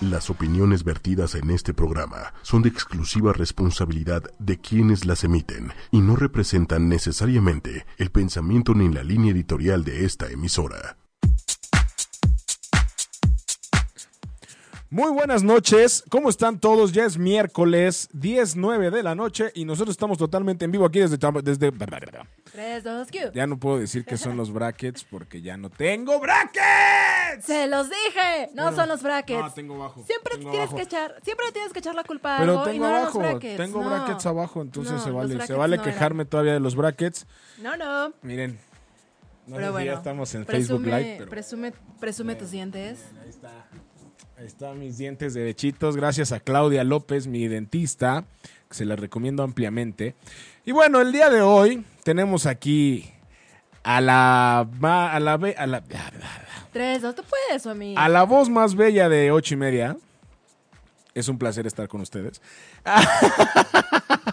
Las opiniones vertidas en este programa son de exclusiva responsabilidad de quienes las emiten y no representan necesariamente el pensamiento ni la línea editorial de esta emisora. Muy buenas noches, ¿cómo están todos? Ya es miércoles 19 de la noche y nosotros estamos totalmente en vivo aquí desde... Tam- desde... 3, 2, Q. Ya no puedo decir que son los brackets porque ya no tengo brackets. Se los dije. No Bueno, son los brackets. no, tengo abajo, Siempre tengo tienes abajo. que echar, siempre le tienes que echar la culpa a Pero algo y tengo no eran abajo, los brackets. tengo No. brackets abajo, entonces No, se los vale, se brackets vale no eran. quejarme todavía de los brackets. No, no. Miren, no sé Pero si bueno. ya estamos en presume, Facebook Live, pero Presume, presume tus dientes. ahí está. Ahí están mis dientes derechitos, gracias a Claudia López, mi dentista, que se la recomiendo ampliamente. Y bueno, el día de hoy tenemos aquí a la ma- a la be- a la 3, 2, tú puedes, mí. A la voz más bella de ocho y media. Es un placer estar con ustedes.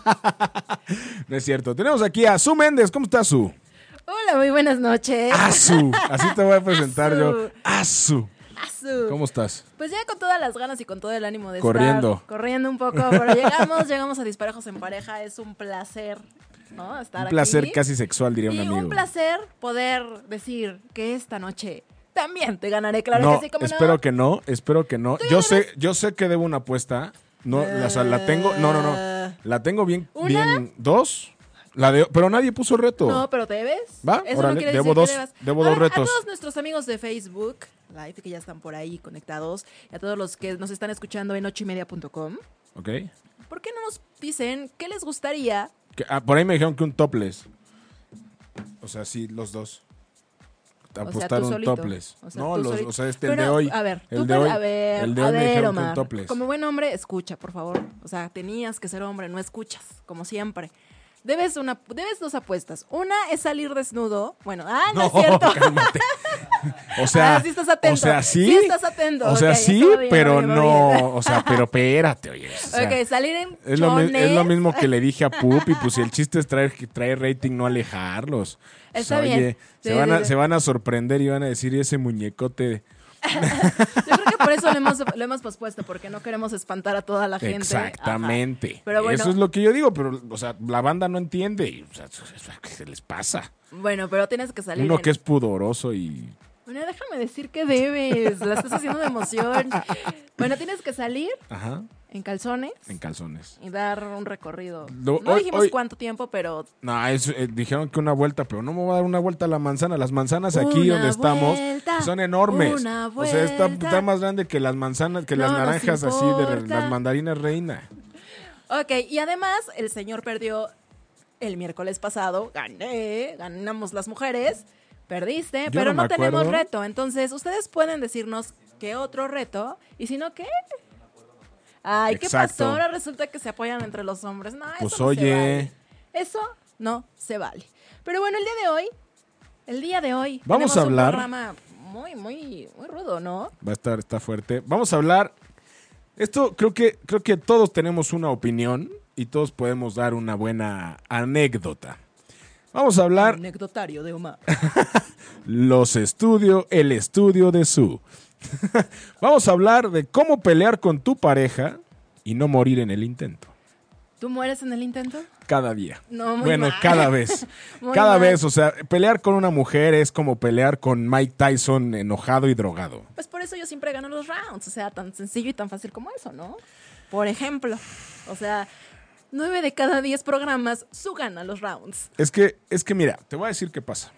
No es cierto. Tenemos aquí a Su Méndez. ¿Cómo estás, Su? Hola, muy buenas noches. Azu. Así te voy a presentar Azu. yo. Azu. Asu. ¿Cómo estás? Pues ya con todas las ganas y con todo el ánimo de Corriendo. estar corriendo un poco, pero llegamos, llegamos a disparejos en pareja, es un placer, ¿no? Estar Un placer aquí. casi sexual, diría un Y amigo. un placer poder decir que esta noche también te ganaré, claro no, que sí, como espero no. que no, espero que no. Yo sé, yo sé que debo una apuesta. No, o sea, la tengo. No, no, no. La tengo bien, Ah. ¿Una? bien. Dos. La de, pero nadie puso reto. No, pero te ves. Va, órale, debo dos- debo dos A retos. todos nuestros amigos de Facebook Live que ya están por ahí conectados y a todos los que nos están escuchando en ochoymedia.com, ¿Ok? ¿por qué no nos dicen qué les gustaría? Que- ah, por ahí me dijeron que un topless. O sea, sí, los dos. O sea, Apostar tú un solito. topless. O sea, no, tú los- solito. o sea, este, el Pero, de hoy. A ver, el tú de para- hoy. a ver, el de a hoy me ver, dijeron que un Omar, topless. Como buen hombre, escucha, por favor. O sea, tenías que ser hombre, no escuchas, como siempre. Debes, una, debes dos apuestas. Una es salir desnudo. Bueno, ah, no, es cierto. cálmate. O sea, Ah, sí estás atento. o sea, sí, Sí estás atento. O sea, Ok, sí, estuvo bien, pero muy bien, muy bien. no, o sea, pero espérate, oye. o sea, ok, salir en es, lo, mi- chones. es lo mismo que le dije a Pupi, pues si el chiste es traer, traer rating, no alejarlos. O sea, Está bien. oye, se, Sí, van sí, a, sí. se van a sorprender y van a decir, "¿Y ese muñecote. Yo creo que por eso lo hemos, lo hemos pospuesto, porque no queremos espantar a toda la gente. Exactamente. Ajá. Pero bueno, Eso es lo que yo digo, pero, o sea, la banda no entiende. y, o sea, o sea, ¿qué se les pasa? bueno, pero tienes que salir. Uno en- que es pudoroso y. Bueno, déjame decir que debes. La estás haciendo de emoción. Bueno, tienes que salir Ajá, en calzones en calzones. y dar un recorrido. Lo- no hoy- dijimos hoy- cuánto tiempo, pero No, es- eh, dijeron que una vuelta, pero no me voy a dar una vuelta a la manzana. Las manzanas aquí Una donde estamos vuelta, son enormes. una o sea, está, vuelta. está más grande que las manzanas, que las No nos naranjas así, de importa. las mandarinas reina. Ok, y además el señor perdió el miércoles pasado, gané, ganamos las mujeres, perdiste, Yo no pero no, me tenemos acuerdo. reto, entonces ustedes pueden decirnos qué otro reto y si no qué. Ay, ¿qué Exacto. pasó? Ahora resulta que se apoyan entre los hombres. No, eso Pues, no oye. se vale. Eso no se vale. Pero bueno, el día de hoy, el día de hoy Vamos tenemos a hablar. un programa muy muy muy rudo, ¿no? Va a estar, está fuerte. Vamos a hablar. Esto creo que, creo que todos tenemos una opinión y todos podemos dar una buena anécdota. Vamos a hablar Anecdotario de Omar. los estudios, el estudio de su. Vamos a hablar de cómo pelear con tu pareja y no morir en el intento. ¿Tú mueres en el intento? Cada día. No, muy bueno, mal. cada vez. Muy cada mal. vez, o sea, pelear con una mujer es como pelear con Mike Tyson enojado y drogado. Pues por eso yo siempre gano los rounds. O sea, tan sencillo y tan fácil como eso, ¿no? Por ejemplo. O sea, nueve de cada diez programas su gana los rounds. Es que, es que mira, te voy a decir qué pasa.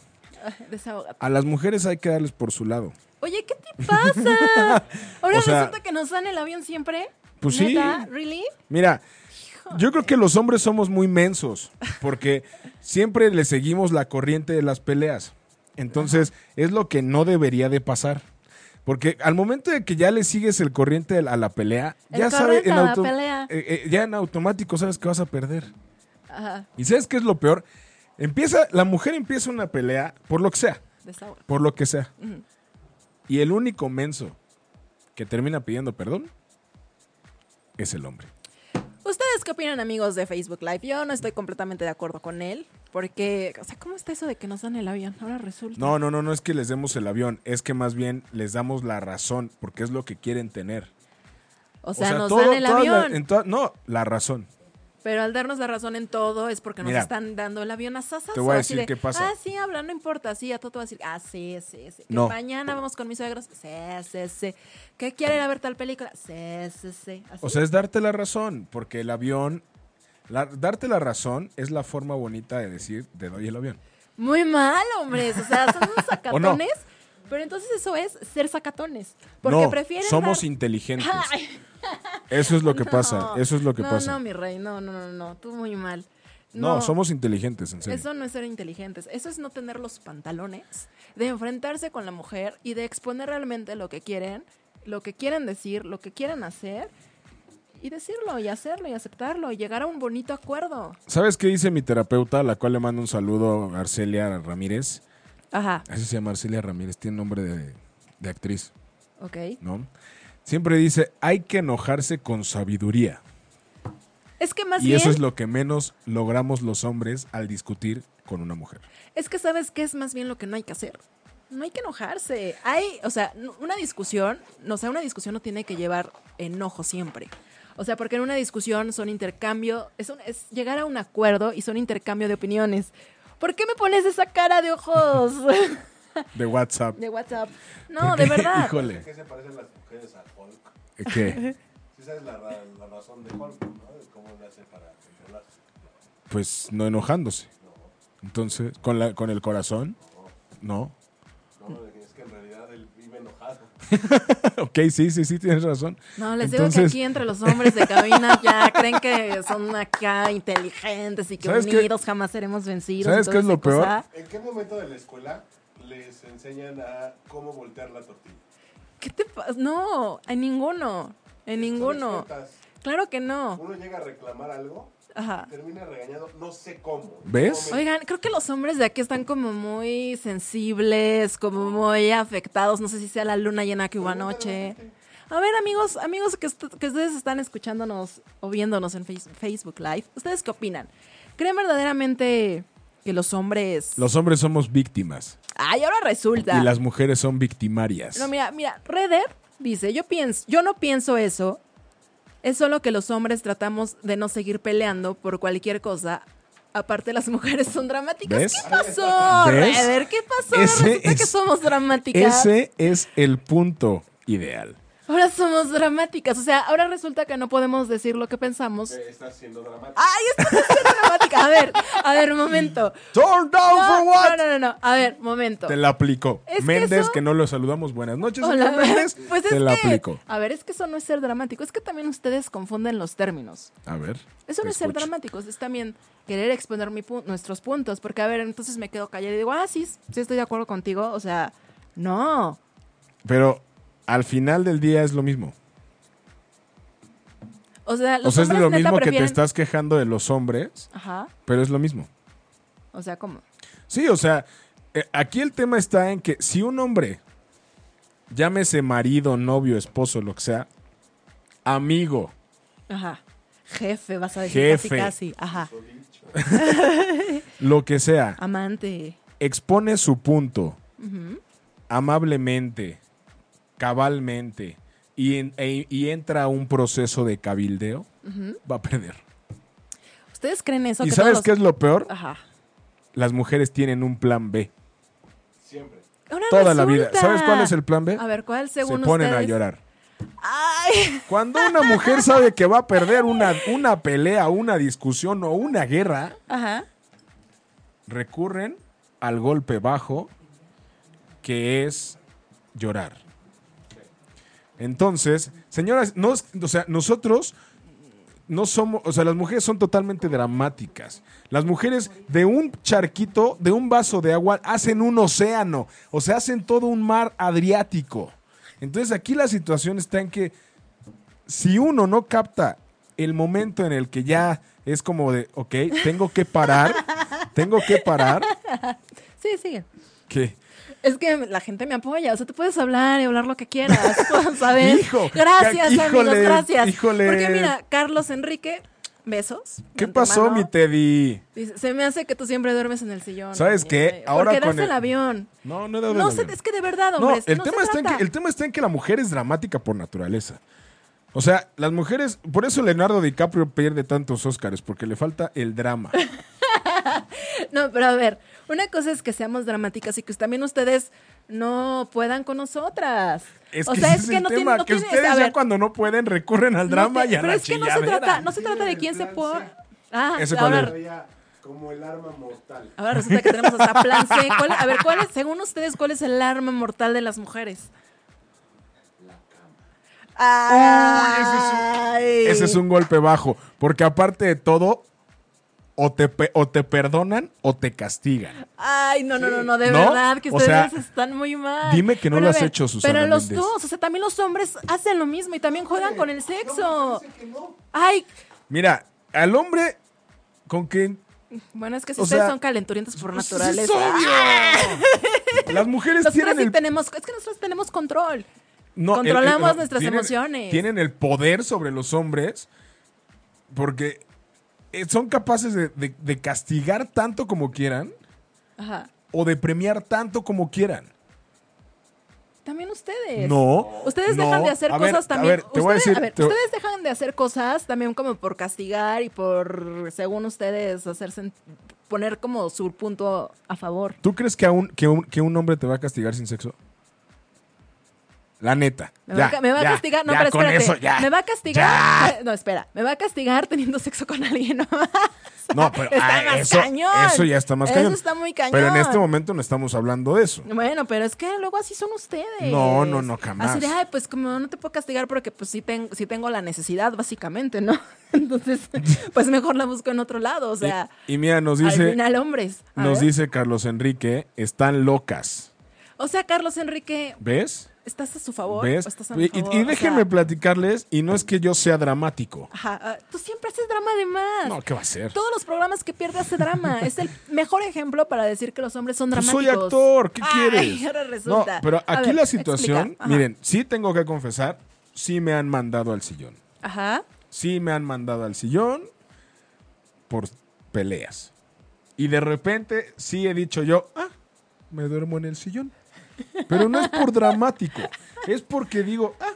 Ah, Desahógate. A las mujeres hay que darles por su lado. Oye, ¿qué te pasa? Ahora O sea- resulta que nos dan el avión siempre. Pues sí. ¿Neta? ¿Really? Mira, yo creo que los hombres somos muy mensos porque siempre le seguimos la corriente de las peleas. Entonces, es lo que no debería de pasar. Porque al momento de que ya le sigues el corriente a la pelea, El ya sabes, corriente a la auto- pelea. eh, eh, ya en automático sabes que vas a perder. Ajá, ¿Y sabes qué es lo peor? Empieza, la mujer empieza una pelea por lo que sea. desahógate. por lo que sea. Y el único menso que termina pidiendo perdón es el hombre. ¿Ustedes qué opinan, amigos de Facebook Live? Yo no estoy completamente de acuerdo con él. Porque, o sea, ¿cómo está eso de que nos dan el avión? Ahora resulta. No, no, no, no es que les demos el avión, es que más bien les damos la razón, porque es lo que quieren tener. O sea, nos dan todas el las- avión. en todas- no, la razón. Pero al darnos la razón en todo es porque nos Mira, están dando el avión a sasas. te voy a decir qué pasa. Ah, sí, habla, no importa. Sí, a todo te va a decir, ah, sí, sí, sí. Que No. mañana vamos con mis suegros. Sí, sí, sí. ¿Qué quieren ir a ver tal película? Sí, sí, sí. Así. O sea, es darte la razón, porque el avión, la- darte la razón es la forma bonita de decir, te doy el avión. Muy mal, hombres. O sea, son unos ¿O no? sacatones. Pero entonces eso es ser sacatones. Porque no, prefieren. somos dar- inteligentes. Ay. Eso es lo que No, pasa, eso es lo que no, pasa. No, mi rey, no, no, no, no, tú muy mal. No, somos inteligentes, en serio. Eso no es ser inteligentes, eso es no tener los pantalones de enfrentarse con la mujer y de exponer realmente lo que quieren, lo que quieren decir, lo que quieren hacer y decirlo y hacerlo y aceptarlo y llegar a un bonito acuerdo. ¿Sabes qué dice mi terapeuta, a la cual le mando un saludo a Arcelia Ramírez? Ajá, Así se llama Arcelia Ramírez, tiene nombre de, de actriz, ok. ¿no? Siempre dice, hay que enojarse con sabiduría. Es que más y bien, eso es lo que menos logramos los hombres al discutir con una mujer. es que sabes qué es más bien lo que no hay que hacer. No hay que enojarse. Hay, o sea, n- una discusión, no, o sea, una discusión no tiene que llevar enojo siempre. O sea, porque en una discusión son intercambio, es, un- es llegar a un acuerdo y son intercambio de opiniones. ¿Por qué me pones esa cara de ojos De WhatsApp. de WhatsApp? No, de verdad. Híjole. Eh, ¿Qué se parecen las mujeres al Hulk? ¿Qué? Si sabes la, ra- la razón de Hulk, ¿no? De cómo le hace para controlarse. Pues no enojándose. Entonces, con, la, con el corazón, no. No, es que en realidad él vive enojado. ok, sí, sí, sí, tienes razón. No, les digo que Entonces, aquí entre los hombres de cabina ya creen que son acá inteligentes y que ¿Sabes qué? unidos jamás seremos vencidos. ¿Sabes y qué es toda lo esa cosa. peor? ¿En qué momento de la escuela les enseñan a cómo voltear la tortilla? ¿Qué te pasa? No, en ninguno. En ninguno. Cuentas, Claro que no. Uno llega a reclamar algo, Ajá. termina regañado, no sé cómo. ¿Ves? No me- Oigan, creo que los hombres de aquí están como muy sensibles, como muy afectados. No sé si sea la luna llena que hubo anoche. A ver, amigos, amigos que, est- que ustedes están escuchándonos o viéndonos en Face- Facebook Live, ¿ustedes qué opinan? ¿Creen verdaderamente que los hombres... Los hombres somos víctimas Ay, ahora resulta. y las mujeres son victimarias. No, mira, mira, Redder dice, yo pienso, yo no pienso eso. Es solo que los hombres tratamos de no seguir peleando por cualquier cosa. Aparte las mujeres son dramáticas. ¿Ves? ¿Qué pasó, ¿Ves? Redder? ¿Qué pasó? Ahora Ese Resulta que es- somos dramáticas. Ese es el punto ideal. Ahora somos dramáticas. O sea, ahora resulta que no podemos decir lo que pensamos. Eh, Estás siendo dramático. ¡Ay, esto es dramática! A ver, a ver, momento. Turn down No, for what? no, no, no, no. A ver, momento. Te la aplicó. Es que Méndez, que, eso- no lo saludamos. Buenas noches, Hola, señor Méndez. pues es Te la que- aplicó. A ver, es que eso no es ser dramático. Es que también ustedes confunden los términos. A ver. Eso te no es ser escucho. dramático, es también querer exponer mi pu- nuestros puntos. Porque, a ver, entonces me quedo callada y digo, ah, sí, sí estoy de acuerdo contigo. O sea, no. Pero al final del día es lo mismo. O sea, los o sea, es de hombres lo neta mismo que te prefieren- estás quejando de los hombres, Ajá. pero es lo mismo. O sea, ¿cómo? Sí, o sea, eh, aquí el tema está en que si un hombre, llámese marido, novio, esposo, lo que sea, amigo, Ajá. Jefe, vas a decir Jefe. casi, casi. Ajá. lo que sea, Ah. Amante. expone su punto amablemente, cabalmente, y, en- e- y entra a un proceso de cabildeo, va a perder. ¿Ustedes creen eso? ¿Y que sabes todos qué los- Ah. es lo peor? Ajá. Las mujeres tienen un plan B. Siempre. Ahora Toda la vida. resulta. ¿Sabes cuál es el plan B? A ver, ¿cuál Se según ponen a ustedes? llorar. Ay. Cuando una mujer sabe que va a perder una, una pelea, una discusión o una guerra, Ajá. recurren al golpe bajo, que es llorar. Entonces, señoras, no, es- o sea, nosotros no somos, o sea, las mujeres son totalmente dramáticas. Las mujeres de un charquito, de un vaso de agua, hacen un océano, o sea, hacen todo un mar adriático. Entonces, aquí la situación está en que si uno no capta el momento en el que ya es como de, ok, tengo que parar, tengo que parar, Sí, sigue. que Es que la gente me apoya, o sea, tú puedes hablar y hablar lo que quieras, ¿sabes? Hijo, gracias, ca- híjole, amigos, gracias. híjole. Porque mira, Carlos Enrique, besos. ¿qué de pasó, antemano. mi Teddy? Dice, se me hace que tú siempre duermes en el sillón. ¿Sabes Eh, qué? Ahora porque das con el- el avión. No, no he dado No el sé, avión. es que de verdad, No, hombres, el, no se tema está en trata. que, el tema está en que la mujer es dramática por naturaleza. O sea, las mujeres, por eso Leonardo DiCaprio pierde tantos Óscares, porque le falta el drama. No, pero a ver, una cosa es que seamos dramáticas y que también ustedes no puedan con nosotras. Es o que sea, ese es el tema, que tienes- ustedes a ya ver, cuando no pueden recurren al no drama te- y a Pero la es que no se chilladera. trata, no se trata de quién se pone. Ah, ¿Ese cuál ahora, es? Traía como el arma mortal. ahora resulta que tenemos hasta plan C. ¿Cuál- a ver, ¿cuál es, según ustedes, cuál es el arma mortal de las mujeres? La cama. Ese es un golpe bajo, porque aparte de todo, o te, pe- o te perdonan o te castigan. Ay, no, no, no, no, de ¿No? verdad que O sea, ustedes están muy mal. dime que no Pero lo a has ver, hecho, Susana Pero los Méndez. dos, o sea, también los hombres hacen lo mismo y también juegan con el No, sexo. dice que no. Ay, Mira, al hombre con que... bueno, es que si O ustedes sea, son calenturientos por pues, naturaleza. ¡Es obvio! Las mujeres Nosotros tienen sí el... tenemos, es que nosotros tenemos control. no, el- el- controlamos no, nuestras tienen- emociones. Tienen el poder sobre los hombres porque eh, son capaces de- de- de castigar tanto como quieran Ajá. o de premiar tanto como quieran. También ustedes. No. Ustedes no. dejan de hacer A ver, cosas también. A ver, te voy a ustedes, decir. ver, te- ustedes dejan de hacer cosas también como por castigar y por, según ustedes, hacerse poner como su punto a favor. ¿Tú crees que, a un, que, un, que un hombre te va a castigar sin sexo? La neta. Me va, a Ya, ca- me va a ya, castigar. No, ya, pero con espérate. eso, ya. Me va a castigar. eh, No, espera. Me va a castigar teniendo sexo con alguien. ¿no? No, pero Está ah, más eso, cañón. eso ya está más Eso cañón. está muy cañón. Pero en este momento no estamos hablando de eso. Bueno, pero es que luego así son ustedes. No, no, no, jamás. Así de, ay, pues como no te puedo castigar porque pues sí, ten- sí tengo la necesidad, básicamente, ¿no? Entonces, pues mejor la busco en otro lado. O sea, y, y mira, nos al dice, final hombres. A nos ver. dice Carlos Enrique, están locas. O sea, Carlos Enrique, ¿Ves? ¿estás a su favor? ¿Ves? ¿O estás a Y, mi y- favor? y O sea, déjenme platicarles, y no es que yo sea dramático. ajá, ah, tú siempre haces drama de más. No, ¿qué va a ser? Ah, Todos los programas que pierde hace drama. es el mejor ejemplo para decir que los hombres son Pues dramáticos. soy actor, ¿qué Ay, quieres? ahora resulta. No, pero A aquí ver, la situación, explica. Ajá. miren, sí tengo que confesar, sí me han mandado al sillón. Ajá. Sí me han mandado al sillón por peleas. Y de repente sí he dicho yo, ah, me duermo en el sillón. Pero no es por dramático, es porque digo, ah.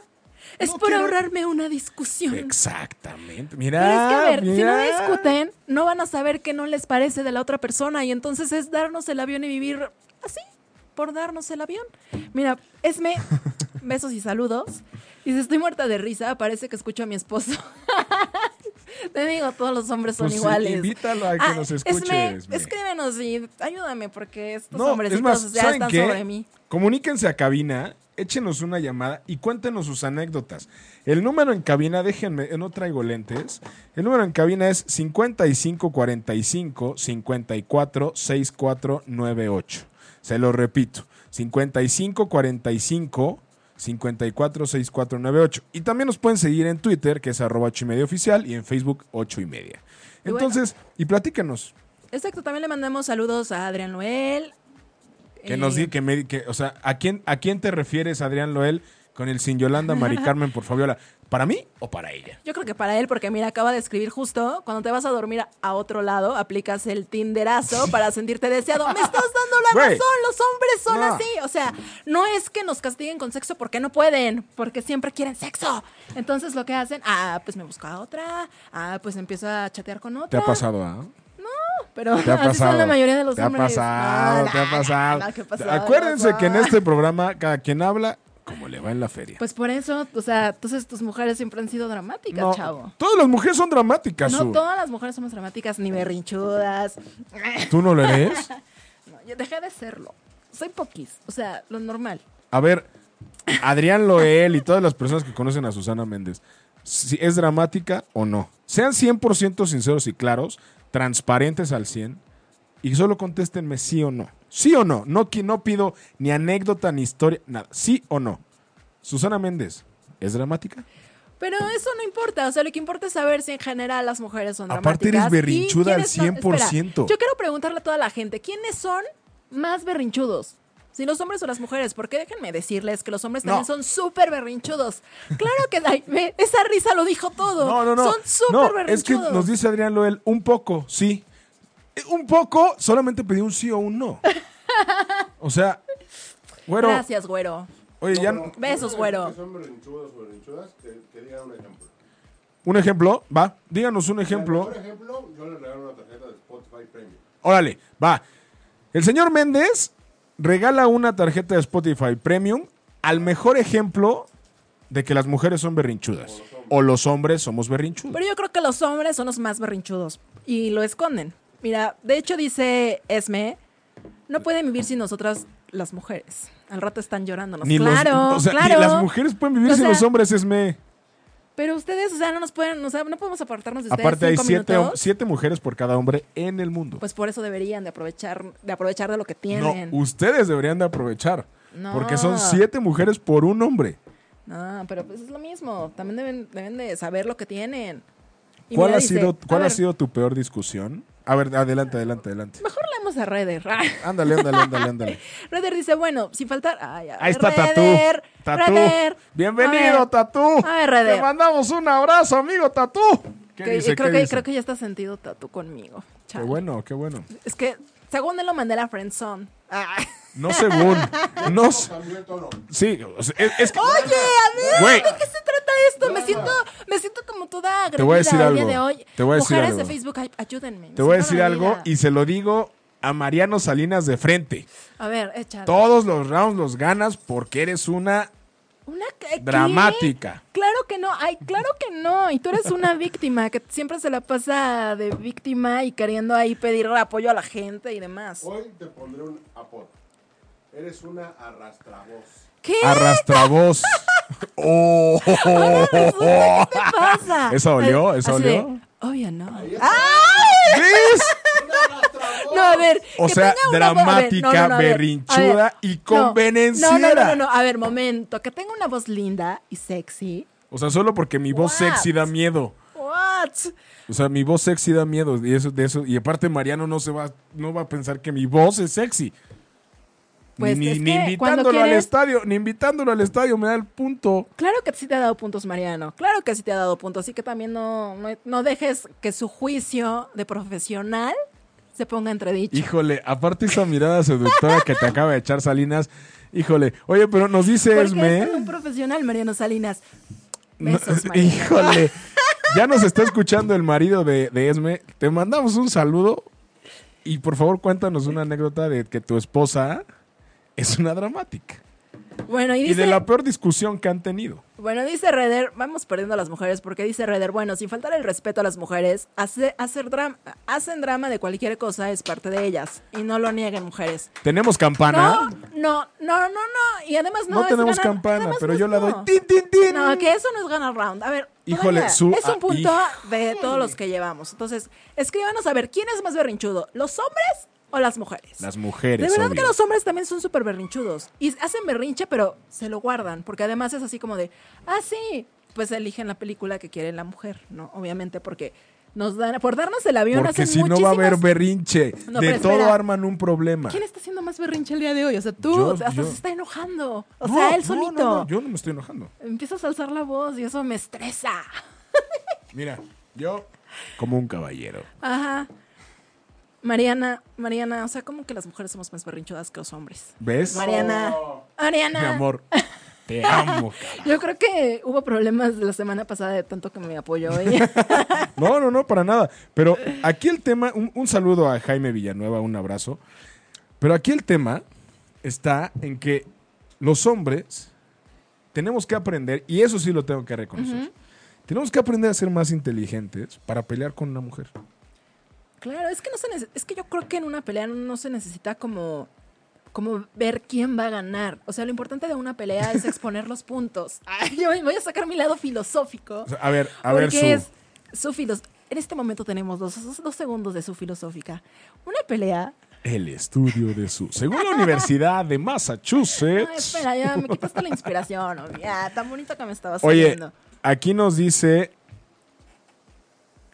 Es no por quiero- ahorrarme una discusión. Exactamente. Pero es Mira, que, a ver, si no Ah, mira. discuten, no van a saber qué no les parece de la otra persona y entonces es darnos el avión y vivir así, por darnos el avión. Mira, Esme, besos y saludos. Dice, estoy muerta de risa, parece que escucho a mi esposo. Te digo, todos los hombres son Pues sí, iguales. invítalo a que Ah, nos escuche, Esme, Esme. escríbenos y ayúdame porque estos No, hombres es más, ya ¿saben están qué? sobre mí. Comuníquense a cabina, échenos una llamada y cuéntenos sus anécdotas. El número en cabina, déjenme, eh, no traigo lentes. El número en cabina es 5545 54 64 98. Se lo repito, 5545 54 64 98. Y también nos pueden seguir en Twitter, que es arroba 8 y media oficial, y en Facebook 8 y media. Y bueno. Entonces, y platíquenos. Exacto, también le mandamos saludos a Adrián Noel. Que nos Eh, di, que me, que, o sea, ¿a quién, ¿a quién te refieres, Adrián Loel, con el sin Yolanda Mari Carmen por Fabiola? ¿Para mí o para ella? Yo creo que para él, porque mira, acaba de escribir justo, cuando te vas a dormir a- a otro lado, aplicas el tinderazo para sentirte deseado. Me estás dando la Güey. razón, los hombres son No. así. O sea, no es que nos castiguen con sexo porque no pueden, porque siempre quieren sexo. Entonces lo que hacen, ah, pues me busco a otra, ah, pues empiezo a chatear con otra. ¿Te ha pasado, ah? Pero ¿Te ha así pasado? son la mayoría de los ¿Te ha hombres. pasado? No, ¿Te ha no, pasado? no, ¿qué pasó? Acuérdense No, que en no. este programa cada quien habla como le va en la feria. Pues por eso, o sea, entonces tus mujeres siempre han sido dramáticas, No, chavo. Todas las mujeres son dramáticas, No Su. todas las mujeres somos dramáticas, ni berrinchudas, ¿Tú no lo eres? No, yo dejé de serlo. Soy poquis, o sea, lo normal. A ver, Adrián Loel y todas las personas que conocen a Susana Méndez, si ¿es dramática o no? Sean 100% sinceros y claros, transparentes al 100, y solo contéstenme sí o no. Sí o no. No, qui- no pido ni anécdota ni historia, nada. Sí o no. Susana Méndez, ¿es dramática? Pero eso no importa, o sea, lo que importa es saber si en general las mujeres son Aparte, dramáticas. eres y berrinchuda al quiénes no- 100%. Espera, yo quiero preguntarle a toda la gente, ¿quiénes son más berrinchudos? Si los hombres o las mujeres, porque déjenme decirles que los hombres No. también son súper berrinchudos. Claro que ay, ve, esa risa lo dijo todo. No, no, no. Son súper no, es que berrinchudos. nos dice Adrián Loel, un poco, sí. Eh, Un poco, solamente pedí un sí o un no. O sea, bueno. Gracias, güero. Oye, ya. No, no. Besos, güero. Que son berrinchudos, berrinchudas, que, que digan un ejemplo. Un ejemplo, va. Díganos un ejemplo. Por ejemplo, yo le regalo una tarjeta de Spotify Premium. Órale, va. El señor Méndez regala una tarjeta de Spotify Premium al mejor ejemplo de que las mujeres son berrinchudas. O los hombres somos berrinchudos. Pero yo creo que los hombres son los más berrinchudos y lo esconden. Mira, de hecho dice Esme, no pueden vivir sin nosotras las mujeres. Al rato están llorándonos. Ni los- claro, o sea, ni claro. las mujeres pueden vivir O sin sea, los hombres, Esme. Pero ustedes, o sea, no nos pueden, o sea, no podemos apartarnos de ustedes. Aparte hay cinco siete, hom- minutos. siete mujeres por cada hombre en el mundo. Pues por eso deberían de aprovechar, de aprovechar de lo que no, tienen. No, ustedes deberían de aprovechar. No. Porque son siete mujeres por un hombre. pero pues es lo mismo. También deben, deben de saber lo que tienen. Y ¿Cuál, mira, ha, dice, sido, a ¿cuál ha ver, sido tu peor discusión? A ver, adelante, adelante, adelante. Mejor leemos a Redder. Ándale, ándale, ándale, ándale. Redder dice, bueno, sin faltar. Ay, a Ahí ver, está Redder, Tatú. Tatú. Redder, a Bienvenido, ver. Tatú. A ver, Reder. Te mandamos un abrazo, amigo Tatú. ¿Qué Que- dice? creo, ¿Qué que, dice? creo que ya está sentido Tatú conmigo. Qué Chale. bueno, qué bueno. Es que, según él, lo mandé a la Friendzone. Ah. No según. No, No s- cambió el tono. sí, o sea, es, es que. Oye, a ver, Güey. ¿de qué se trata esto? Me siento, me siento como toda agredida voy a decir el día algo. de hoy. Te voy a decir Mujeres de algo. Facebook, ay, ayúdenme. me Te voy a siento decir algo agredida. y se lo digo a Mariano Salinas de frente. A ver, échale. Todos los rounds los ganas porque eres una Una que- ¿qué? dramática. Claro que no, ay, claro que no. Y tú eres una víctima que siempre se la pasa de víctima y queriendo ahí pedir apoyo a la gente y demás. Hoy te pondré un apodo. Eres una arrastravoz. ¿Qué? arrastravoz. Oh, Resulta, ¿Qué te pasa? ¿Esa dolió? Ay, ¿Esa así de, dolió? Obvio no. Ahí está. ¡Ay! ¿ves? ¡Una arrastravoz! No, a ver. O que sea, tenga una voz- a ver, no, dramática, no, no, a ver, berrinchuda a ver, y no, convenenciera. No, no, no, no, no, a ver, momento. Que tenga una voz linda y sexy. O sea, solo porque mi voz What? sexy da miedo. What? O sea, mi voz sexy da miedo y eso de eso y aparte Mariano no se va no va a pensar que mi voz es sexy. Pues, ni es ni que invitándolo cuando al quieres- estadio, ni invitándolo al estadio me da el punto. Claro que sí te ha dado puntos, Mariano. Claro que sí te ha dado puntos. Así que también no, no, no dejes que su juicio de profesional se ponga entredicho. Híjole, aparte esa mirada seductora que te acaba de echar Salinas. Híjole, oye, pero nos dice Porque es Esme. un profesional, Mariano Salinas. Besos, No, Mariano. Híjole. Ya nos está escuchando el marido de, de Esme. Te mandamos un saludo. Y por favor, cuéntanos una anécdota de que tu esposa es una dramática. Bueno, y Y, dice... de la peor discusión que han tenido. Bueno, dice Reder, vamos perdiendo a las mujeres, porque dice Reder, bueno, sin faltar el respeto a las mujeres, hace- hacer dram- hacen drama de cualquier cosa es parte de ellas, y no lo nieguen mujeres. Tenemos No, campana. no, no, no, no, y además ¿Ah, no No es tenemos ganar- campana, además pero no yo es- la doy. no. Tin, tin, tin. No, que eso no es ganar round. A ver, Híjole, todavía su- es ah, un punto de todos los que llevamos. Entonces, escríbanos a ver, ¿quién es más berrinchudo? ¿Los hombres o las mujeres? Las mujeres. De verdad obvio. que los hombres también son súper berrinchudos. Y hacen berrinche, pero se lo guardan. Porque además es así como de, ah, sí. Pues eligen la película que quiere la mujer, ¿no? Obviamente, porque nos dan, por darnos el avión Porque hacen si no va a haber muchísimas- berrinche. No, de pero todo espera. arman un problema. ¿Quién está haciendo más berrinche el día de hoy? O sea, tú, Yo, o sea, hasta yo. se está enojando. O No, sea, él no, no, solito. no, yo no me estoy enojando. Empiezas a alzar la voz y eso me estresa. Mira, yo como un caballero. Ajá. Mariana, Mariana, o sea, como que las mujeres somos más berrinchudas que los hombres. ¿Ves? Mariana, Mariana. Oh. Mi amor, te amo, cara. Yo creo que hubo problemas la semana pasada de tanto que me apoyó ella. No, no, no, para nada. Pero aquí el tema, un, un saludo a Jaime Villanueva, un abrazo. Pero aquí el tema está en que los hombres tenemos que aprender, y eso sí lo tengo que reconocer, tenemos que aprender a ser más inteligentes para pelear con una mujer. claro, es que no se nece- es que yo creo que en una pelea no se necesita como como ver quién va a ganar. O sea, lo importante de una pelea es exponer los puntos. Ay, yo voy a sacar mi lado filosófico. O sea, a ver, a porque ver su... es su filos en este momento tenemos dos, dos- dos segundos de su filosófica. Una pelea. El estudio de su... Según la Universidad de No, Massachusetts... espera, ya me quitaste la inspiración. hombre. Ya, tan bonito que me estabas Oye, saliendo. aquí nos dice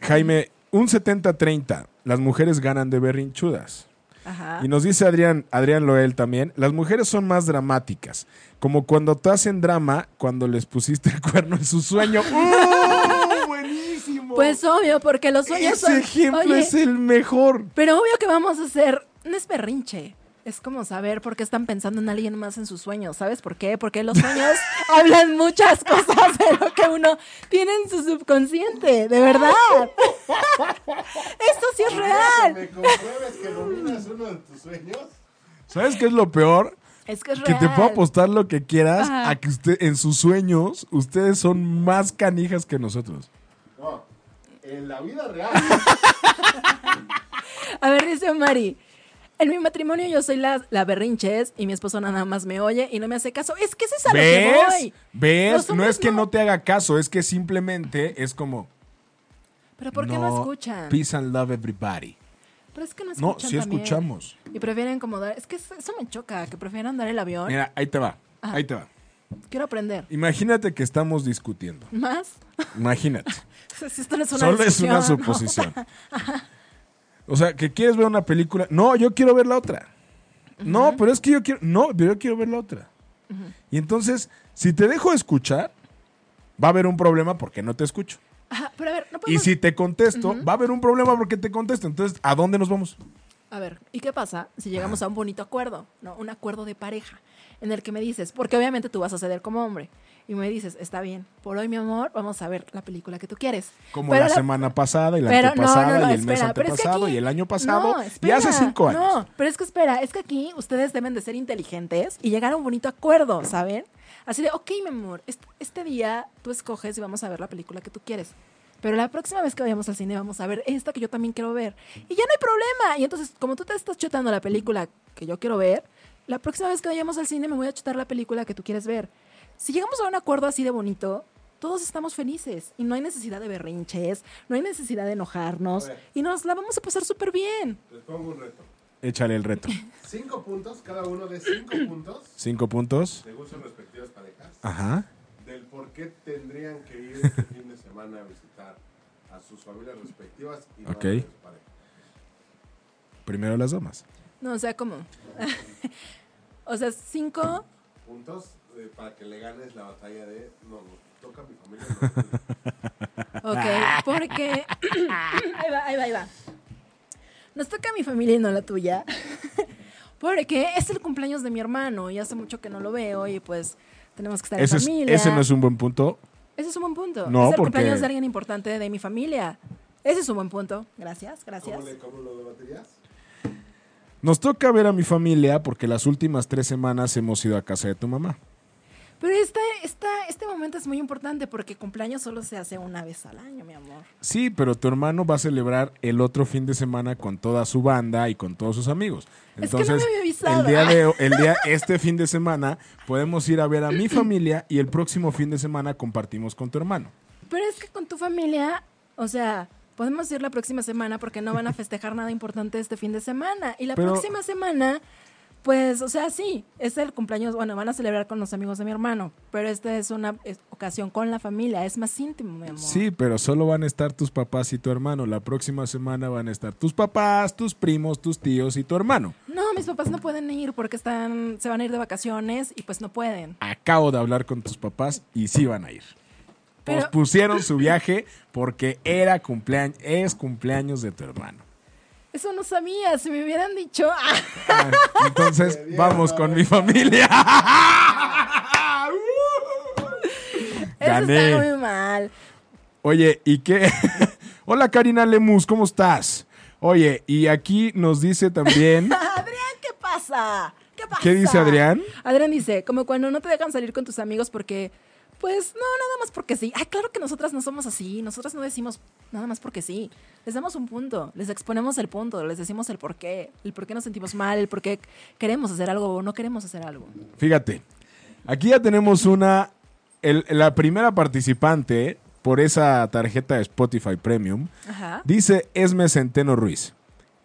Jaime, un 70-30. Las mujeres ganan de berrinchudas. Ajá. Y nos dice Adrián, Adrián Loel también, las mujeres son más dramáticas, como cuando te hacen drama cuando les pusiste el cuerno en su sueño. ¡Uh! ¡Buenísimo! Pues obvio, porque los sueños Ese son- ejemplo Oye, es el mejor. Pero obvio que vamos a hacer. No es berrinche. Es como saber por qué están pensando en alguien más en sus sueños, ¿sabes por qué? Porque los sueños hablan muchas cosas de lo que uno tiene en su subconsciente, de verdad. Esto sí es Que real. me compruebes que dominas uno de tus sueños. ¿Sabes qué es lo peor? Es que es Que real. te puedo apostar lo que quieras Ajá. a que usted, en sus sueños ustedes son más canijas que nosotros. No, en la vida real. A ver, dice Mari. En mi matrimonio yo soy la, la berrinches y mi esposo nada más me oye y no me hace caso. Es que ese es a lo que ¿Ves? voy. Los ¿Ves? No hombres es que no. te haga caso, es que simplemente es como... Pero ¿por qué no, escuchan? Peace and love everybody. Pero es que no escuchan No, sí también. escuchamos. Y prefieren como dar... Es que eso eso me choca, que prefieran dar el avión. Mira, ahí te va. Ajá. Ahí te va. Quiero aprender. Imagínate que estamos discutiendo. ¿Más? Imagínate. Si Esto no es una Solo es una discusión, ¿no? suposición. O sea, que quieres ver una película. No, yo quiero ver la otra. No, pero es que yo quiero. No, pero yo quiero ver la otra. Y entonces, si te dejo escuchar, va a haber un problema porque no te escucho. Ajá, pero a ver, no Y podemos... si te contesto, va a haber un problema porque te contesto. Entonces, ¿a dónde nos vamos? A ver, ¿y qué pasa si llegamos a un bonito acuerdo? ¿No? Un acuerdo de pareja en el que me dices, porque obviamente tú vas a ceder como hombre, y me dices, está bien, por hoy, mi amor, vamos a ver la película que tú quieres. Como Pero la, semana pasada y la pero- no, antepasada no, no, y el mes espera, pero es que antepasado aquí- y el año pasado No, y hace espera, cinco años. No, pero es que espera, es que aquí ustedes deben de ser inteligentes y llegar a un bonito acuerdo, ¿saben? Así de, ok, mi amor, este, este día tú escoges y vamos a ver la película que tú quieres. Pero la próxima vez que vayamos al cine vamos a ver esta que yo también quiero ver. Y ya no hay problema. Y entonces, como tú te estás chutando la película que yo quiero ver, la próxima vez que vayamos al cine me voy a chutar la película que tú quieres ver. Si llegamos a un acuerdo así de bonito, todos estamos felices y no hay necesidad de berrinches, no hay necesidad de enojarnos A ver. y nos la vamos a pasar súper bien. Les pongo un reto. Échale el reto. Cinco puntos, cada uno de cinco puntos Cinco puntos. de gustos respectivas parejas. Ajá. Del por qué tendrían que ir este fin de semana a visitar a sus familias respectivas y no Ok. a sus parejas. Primero las damas. No, o sea, como... o sea, cinco... Puntos eh, para que le ganes la batalla de no, no, toca a mi familia. no, no, no". Ok, porque... ahí va, ahí va, ahí va. Nos toca a mi familia y no a la tuya. porque es el cumpleaños de mi hermano y hace mucho que no lo veo y pues tenemos que estar Ese, en es- familia. ese no es un buen punto. Ese es un buen punto. No, es el porque- cumpleaños de alguien importante de mi familia. Ese es un buen punto. Gracias, gracias. ¿Cómo, le, ¿Cómo lo debaterías? Nos toca ver a mi familia porque las últimas tres semanas hemos ido a casa de tu mamá. Pero esta, esta, este momento es muy importante porque cumpleaños solo se hace una vez al año, mi amor. Sí, pero tu hermano va a celebrar el otro fin de semana con toda su banda y con todos sus amigos. Es que no me Entonces, había avisado. el día de el día este fin de semana podemos ir a ver a mi familia y el próximo fin de semana compartimos con tu hermano. Pero es que con tu familia, o sea, podemos ir la próxima semana porque no van a festejar nada importante este fin de semana. Y la Pero- próxima semana, pues, o sea, sí, es el cumpleaños, bueno, van a celebrar con los amigos de mi hermano, pero esta es una es- ocasión con la familia, es más íntimo, mi amor. Sí, pero solo van a estar tus papás y tu hermano. La próxima semana van a estar tus papás, tus primos, tus tíos y tu hermano. No, mis papás no pueden ir porque están, se van a ir de vacaciones y pues no pueden. acabo de hablar con tus papás y sí van a ir. Pero- Pospusieron su viaje porque era cumpleaños, es cumpleaños de tu hermano. Eso no sabía, si me hubieran dicho. Ah, Entonces, Qué bien, vamos ¿no? con mi familia. Eso está Gané. muy mal. Oye, ¿y qué? Hola Karina Lemus, ¿cómo estás? Oye, y aquí nos dice también, Adrián, ¿qué pasa? ¿Qué pasa? ¿Qué dice Adrián? Adrián dice, como cuando no te dejan salir con tus amigos porque, pues, no, nada más porque sí. Ay, claro que nosotras no somos así. Nosotras no decimos nada más porque sí. Les damos un punto, les exponemos el punto, les decimos el por qué, el por qué nos sentimos mal, el por qué queremos hacer algo o no queremos hacer algo. fíjate, aquí ya tenemos una, el- la primera participante por esa tarjeta de Spotify Premium. Ajá. Dice Esme Centeno Ruiz.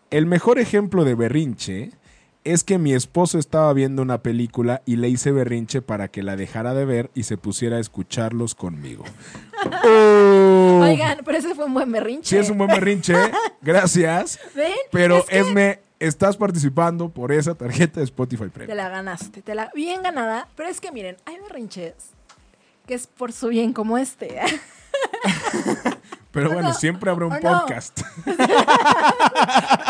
El mejor ejemplo de berrinche es que mi esposo estaba viendo una película y le hice berrinche para que la dejara de ver y se pusiera a escucharlos conmigo. ¡Oh! Oigan, pero ese fue un buen berrinche. Sí, es un buen berrinche. ¿eh? Gracias. ¿Ven? Pero Es que- Esme, estás participando por esa tarjeta de Spotify Te Premium. la ganaste, te la bien ganada. Pero es que miren, hay berrinches que es por su bien como este. Pero O bueno, no, siempre habrá un o no. podcast.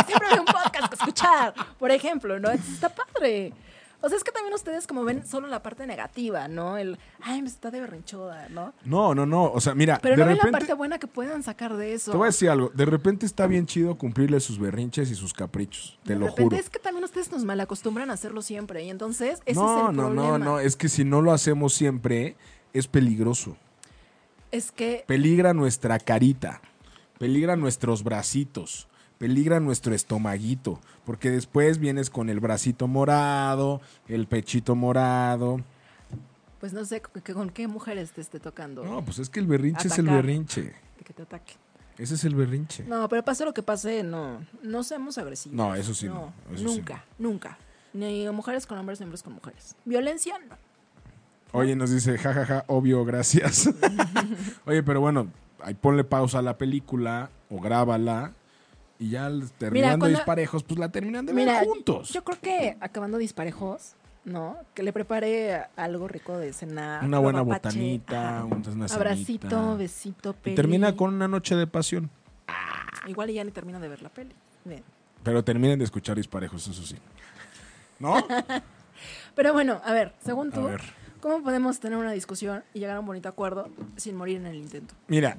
Siempre hay un podcast que escuchar, por ejemplo, ¿no? Entonces, Está padre. O sea, es que también ustedes como ven solo la parte negativa, ¿no? El, ay, me está de berrinchuda, ¿no? No, no, no. O sea, mira, Pero de no ven la repente. parte buena que puedan sacar de eso. Te voy a decir algo. De repente está bien chido cumplirle sus berrinches y sus caprichos. Te de lo repente juro. es que también ustedes nos malacostumbran a hacerlo siempre y entonces ese no, es el no, problema. no, no. eh. Es que si no lo hacemos siempre, es peligroso. Es que Peligra nuestra carita. Peligra nuestros bracitos. Peligra nuestro estomaguito. Porque después vienes con el bracito morado, el pechito morado. pues no sé con qué, con qué mujeres te esté tocando No, pues es que el berrinche es el Atacar. berrinche. de que te ataque. Ese es el berrinche. No, pero pase lo que pase, no, no seamos agresivos. No, eso sí no, eso sí nunca, nunca. Ni mujeres con hombres, ni hombres con mujeres. Violencia, no. Oye, nos dice, jajaja, obvio, gracias. Oye, pero bueno, ahí ponle pausa a la película o grábala y ya l- terminando cuando- disparejos, pues la terminan de Mira, ver juntos. Yo creo que acabando disparejos, ¿no? Que le prepare algo rico de cenar. Una lo buena apapache, botanita, ajá. un- una cenita. Abracito, besito, y peli. termina con una noche de pasión. Igual y ya ni termina de ver la peli. Bien. Pero terminen de escuchar disparejos, eso sí. ¿No? Pero bueno, a ver, según tú, ver. ¿cómo podemos tener una discusión y llegar a un bonito acuerdo sin morir en el intento? Mira,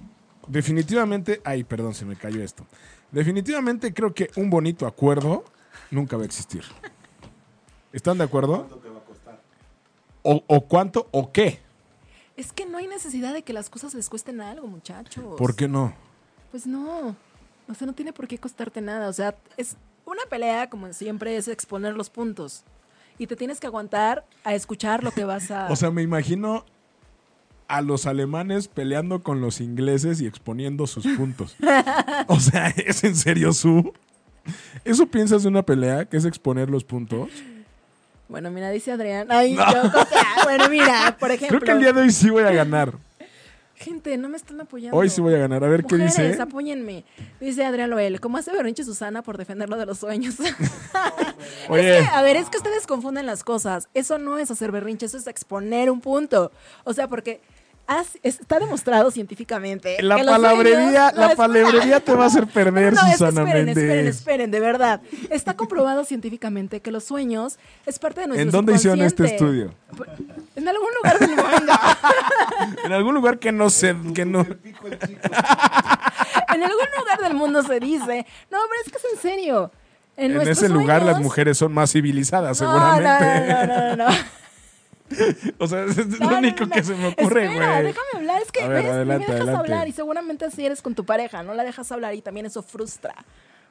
definitivamente. Ay, perdón, se me cayó esto. Definitivamente creo que un bonito acuerdo nunca va a existir. ¿Están de acuerdo? ¿Cuánto te va a costar? O, o cuánto o qué? Es que no hay necesidad de que las cosas les cuesten algo, muchachos. ¿Por qué no? Pues no. O sea, no tiene por qué costarte nada. O sea, es una pelea, como siempre, es exponer los puntos. Y te tienes que aguantar a escuchar lo que vas a. O sea, me imagino a los alemanes peleando con los ingleses y exponiendo sus puntos. O sea, ¿es en serio su? ¿Eso piensas de una pelea que es exponer los puntos? bueno, mira, dice Adrián. Ay, yo, o sea, bueno, mira, por ejemplo. Creo que el día de hoy sí voy a ganar. Gente, no me están apoyando. Hoy sí voy a ganar. A ver Mujeres, qué dice. ¿eh? apóyenme. Dice Adrián Loel, ¿cómo hace berrinche Susana por defenderlo de los sueños? Oye. Es que, a ver, es que ustedes confunden las cosas. Eso no es hacer berrinche, eso es exponer un punto. O sea, porque has- está demostrado científicamente. Eh, La que los palabrería, sueños no la es- palabrería te va a hacer perder, No, es que Susana esperen, Méndez. esperen, esperen, de verdad. Está comprobado científicamente que los sueños es parte de nuestro ¿En dónde hicieron este subconsciente. estudio? En algún lugar del mundo. En algún lugar que no sé, que no. El pico el chico. en algún lugar del mundo se dice. No, pero es que es en serio. En, En nuestros ese lugar las sueños- mujeres son más civilizadas, No, no, seguramente. No, no, no, no, no. O sea, es lo No, no, único no, no. que se me ocurre, Espera, güey. déjame hablar, es que A ver, ves, no adelante, me dejas adelante. hablar y seguramente así eres con tu pareja, no la dejas hablar y también eso frustra.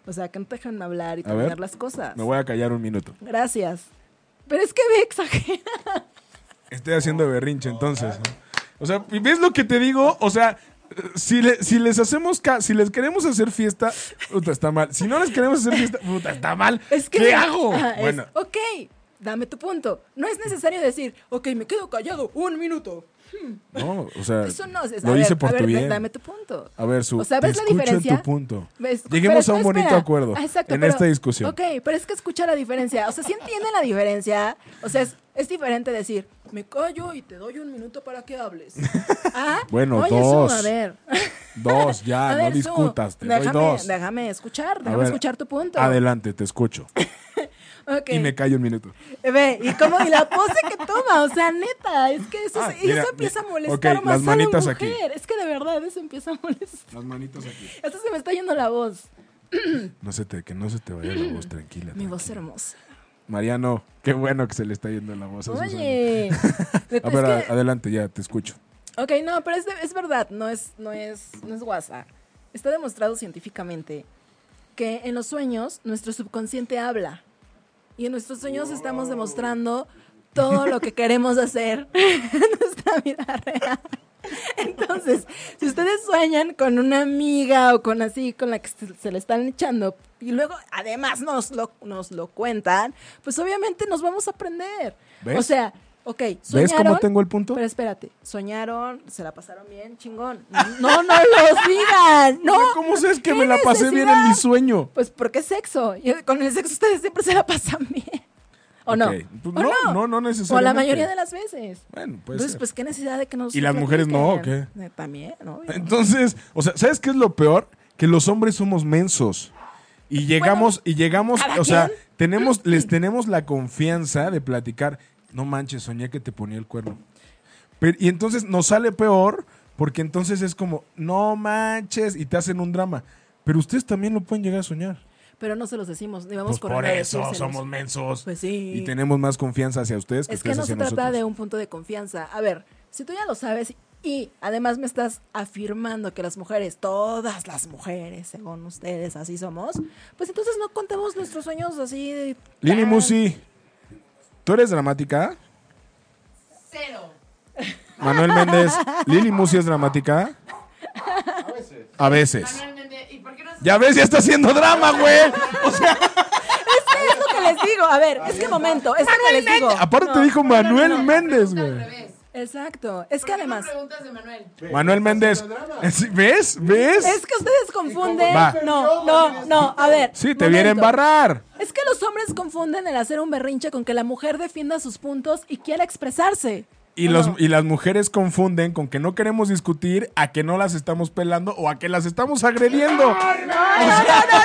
O sea, que no te dejan hablar y A ver, terminar las cosas. Me voy a callar un minuto. Gracias. Pero es que ve exagera. Estoy haciendo berrinche, entonces. ¿no? O sea, ¿ves lo que te digo? O sea, si, le- si les hacemos, ca- si les queremos hacer fiesta, puta, está mal. Si no les queremos hacer fiesta, puta, está mal. Es que ¿Qué mira, hago? ajá, es, bueno, ok, dame tu punto. No es necesario decir, ok, me quedo callado un minuto. no, o sea, Eso no es. a lo ver, hice por a ver, tu ve- bien. Dame tu punto. A ver, su. O sea, te ¿ves la escucho diferencia? en tu punto. ¿Ves? Lleguemos Pero a un espera, bonito espera. acuerdo Ah, exacto, en pero- esta discusión. Ok, pero es que escucha la diferencia. O sea, sí entiende la diferencia. O sea, es, es diferente decir, me callo y te doy un minuto para que hables. Ah, Bueno, oye, dos. Su, a ver. Dos, ya, a ver, no Su, discutas. Te doy déjame, dos. déjame escuchar, A déjame ver, escuchar tu punto. Adelante, te escucho. Ok. Y me callo un minuto. Ve, y cómo, y la pose que toma, o sea, neta, es que eso, Ah, y mira, eso empieza a mi- molestar ok, más las manitas a la aquí. mujer. Es que de verdad eso empieza a molestar. Las manitas aquí. Hasta se me está yendo la voz. No se te, que no se te vaya la voz, tranquila. Mm. Mi voz tranquila. hermosa. Mariano, qué bueno que se le está yendo la voz a Susana. Oye. A neta, ver, es a- que- adelante, ya, te escucho. Ok, no, pero es, de- es verdad, no es, no es, no es guasa. Está demostrado científicamente que en los sueños nuestro subconsciente habla. Y en nuestros sueños estamos demostrando todo lo que queremos hacer en nuestra vida real. Entonces, si ustedes sueñan con una amiga o con así, con la que se, se le están echando, y luego además nos lo, nos lo cuentan, pues obviamente nos vamos a aprender. ¿Ves? O sea, ok, ¿Ves soñaron. cómo tengo el punto? Pero espérate, soñaron, se la pasaron bien, chingón. No, no los digan, no. ¿Cómo sabes que ¿Qué me la pasé bien en mi necesidad? sueño? Pues porque es sexo. Y con el sexo ustedes siempre se la pasan bien. ¿O no? Ok. Pues ¿O no, no, no? no O la necesariamente. mayoría de las veces. Bueno, pues. Entonces, pues, ¿qué necesidad de que nos... ¿Y las mujeres no, o platiquen? Eh, También, ¿no? Entonces, o sea, ¿sabes qué es lo peor? Que los hombres somos mensos. Y llegamos, y llegamos, ¿cada o sea, quien? tenemos, les tenemos la confianza de platicar. No manches, soñé que te ponía el cuerno. Pero- y entonces nos sale peor, porque entonces es como, no manches, y te hacen un drama. Pero ustedes también lo pueden llegar a soñar. Pero no se los decimos, ni vamos Pues corriendo por a eso decírselos. somos mensos. Pues sí. Y tenemos más confianza hacia ustedes que Es que ustedes no hacia se trata nosotros. de un punto de confianza. A ver, si tú ya lo sabes y además me estás afirmando que las mujeres, todas las mujeres, según ustedes, así somos, pues entonces no contemos nuestros sueños así de... Lini tan- Musi, ¿tú eres dramática? Cero. Manuel Méndez, ¿Lili Musi es dramática? A veces. A veces. Ya ves, ya está haciendo drama, güey. O sea, Es lo que les digo, a ver, es que momento, es lo que les digo. aparte te dijo Manuel Méndez, güey. Exacto, es que además, preguntas de Manuel? Ve, Manuel ¿estás Méndez. haciendo drama? ¿Sí? ¿Ves? ¿Ves? es que ustedes confunden... Va. No, no, no, a ver. Sí, te viene a momento. embarrar. Es que los hombres confunden el hacer un berrinche con que la mujer defienda sus puntos y quiera expresarse. Y, ¿O los, no? y las mujeres confunden con que no queremos discutir a que no las estamos pelando o a que las estamos agrediendo.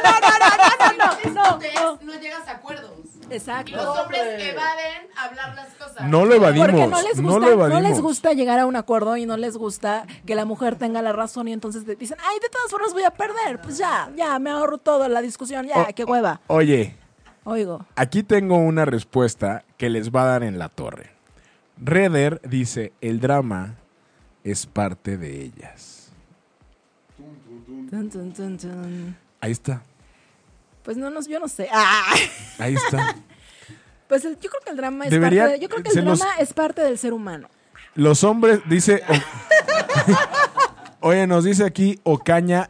No, no, no, no llegas a acuerdos. Los Exacto. hombres evaden hablar las cosas. No lo evadimos. Porque no les, no gusta, lo no, evadimos. les gusta llegar a un acuerdo y no les gusta que la mujer tenga la razón y entonces te dicen, ay, de todas formas voy a perder. Pues ya, ya, me ahorro toda la discusión, ya, O- qué hueva. Oye, Oigo, Aquí tengo una respuesta que les va a dar en la torre. Redder dice, el drama es parte de ellas. tun, tun, tun, tun. Ahí está, pues no, nos yo no sé. Ah. ahí está. Pues el- yo creo que el drama es Debería- parte de- yo creo que el se nos- drama es parte del ser humano. Los hombres, dice... o- Oye, nos dice aquí Ocaña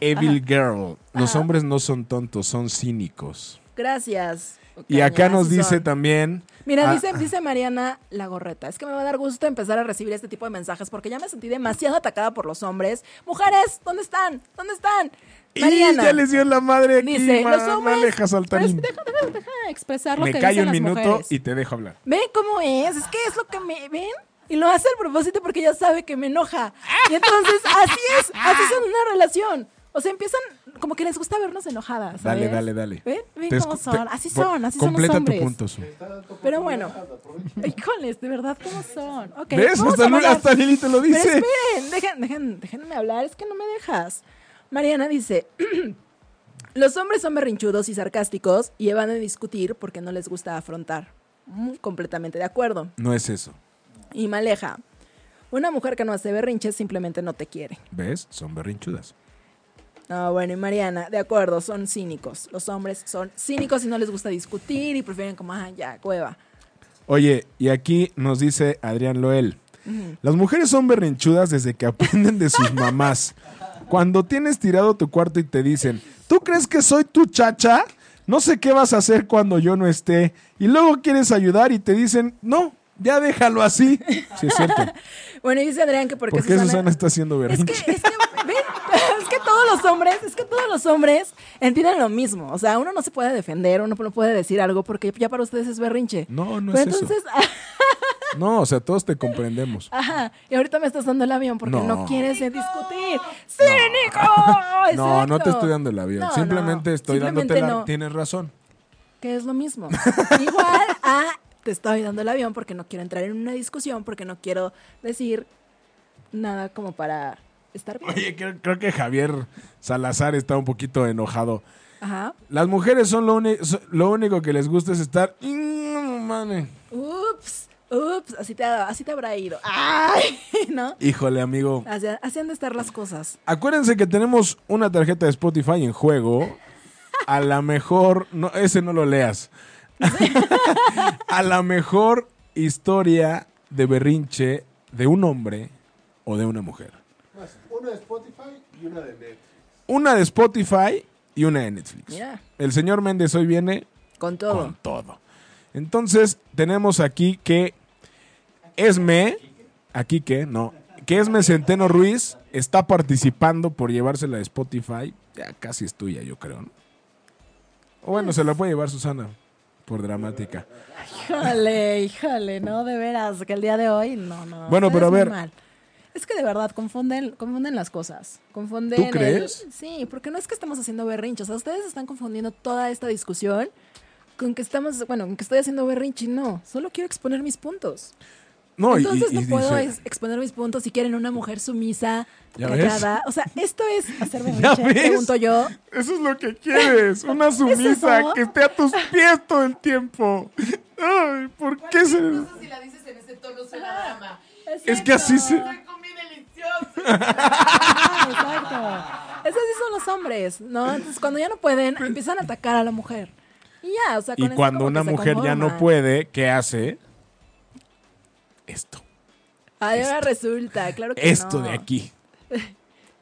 Evil Girl. Los hombres no son tontos, son cínicos. Gracias. Y acá nos Así dice son. también... Mira, ah, dice, dice Mariana Lagorreta, es que me va a dar gusto empezar a recibir este tipo de mensajes porque ya me sentí demasiado atacada por los hombres. Mujeres, ¿dónde están? ¿Dónde están? "Y Mariana ya les dio en la madre aquí, dice, ma- los hombres... maleja saltarín". Pero es- deja, deja- deja Ah, expresar lo Me que callo dicen un las minuto mujeres. y te dejo hablar. ¿Ven cómo es? Es que es lo que me... ¿Ven? Y lo hace al propósito porque ya sabe que me enoja. Y entonces, así es, así son una relación. O sea, empiezan como que les gusta vernos enojadas. ¿sabes? Dale, dale, dale. ¿Ven? ¿Ven Te cómo escu- son? te- Así por- son, así son los completa hombres. tu punto, Su. Pero bueno. Híjoles, de verdad, ¿cómo son? Ok, ¿Ves? vamos Hasta, a Lu- mandar- hasta Lili te lo Pero dice. esperen, dejen, dejen- déjenme hablar, es que no me dejas. Mariana dice, los hombres son berrinchudos y sarcásticos y van a discutir porque no les gusta afrontar. Mm, completamente de acuerdo. No es eso. Y Maleja, una mujer que no hace berrinches simplemente no te quiere. ¿Ves? Son berrinchudas. No, bueno, y Mariana, de acuerdo, son cínicos. Los hombres son cínicos y no les gusta discutir y prefieren como, ah, ya, cueva. Oye, y aquí nos dice Adrián Loel. Las mujeres son berrinchudas desde que aprenden de sus mamás. Cuando tienes tirado tu cuarto y te dicen, ¿tú crees que soy tu chacha? No sé qué vas a hacer cuando yo no esté. Y luego quieres ayudar y te dicen, no, ya déjalo así. Sí, es cierto. Bueno, y dice Adrián que porque ¿Por qué Susana, está haciendo Es que, berrinche? es que, ¿ven? Es que todos los hombres, es que todos los hombres entienden lo mismo. O sea, uno no se puede defender, uno no puede decir algo porque ya para ustedes es berrinche. No, no Pero es eso. entonces, No, o sea, todos te comprendemos. ajá, y ahorita me estás dando el avión porque no, No. quieres eh, discutir. ¡Sí, Nico! No, no te Exacto. estoy dando el avión. No, Simplemente no, estoy simplemente dándote la... no, Tienes razón. que es lo mismo. Igual a te estoy dando el avión porque no quiero entrar en una discusión, porque no quiero decir nada como para estar bien. Oye, creo, creo que Javier Salazar está un poquito enojado. Ajá. Las mujeres son lo, uni- so- lo único que les gusta es estar... "Mm, mane". Ups, ups, así te, así te habrá ido. ¡Ay! ¿No? Híjole, amigo. Así, así han de estar las cosas. Acuérdense que tenemos una tarjeta de Spotify en juego. A la mejor... No, ese no lo leas. A la mejor historia de berrinche de un hombre o de una mujer. Más, Una de Spotify y una de Netflix. Una de Spotify y una de Netflix. Mira, El señor Méndez hoy viene con todo. con todo. Entonces, tenemos aquí que Esme, aquí que, no, que Esme Centeno Ruiz está participando por llevársela de Spotify. Ya casi es tuya, yo creo, ¿no? O bueno, se la puede llevar Susana. por dramática. Híjole, híjole, no, de veras, que el día de hoy, no, no. Bueno, ustedes pero a muy ver. mal. Es que de verdad confunden, confunden las cosas. Confunden. ¿Tú el- crees? Sí, porque no es que estamos haciendo berrinches. O sea, ustedes están confundiendo toda esta discusión con que estamos, bueno, con que estoy haciendo berrinche. No, solo quiero exponer mis puntos. No, y- Entonces y, y no puedo dice- es- exponer mis puntos si quieren una mujer sumisa, ¿Ya callada. O sea, esto es hacer ¿Ya berrinche, ves? pregunto yo. Eso es lo que quieres, una sumisa eso? que esté a tus pies todo el tiempo. Ay, ¿por qué se... Incluso si la dices en ese tono suena drama. Es que así se... Soy comí delicioso. Ah, exacto. Esos sí son los hombres, ¿no? Entonces cuando ya no pueden, empiezan a atacar a la mujer. Y ya, o sea, con Y eso cuando como que una se mujer ya no conforman. puede, ¿qué hace? Esto, Ay, ahora resulta, claro que esto no. de aquí.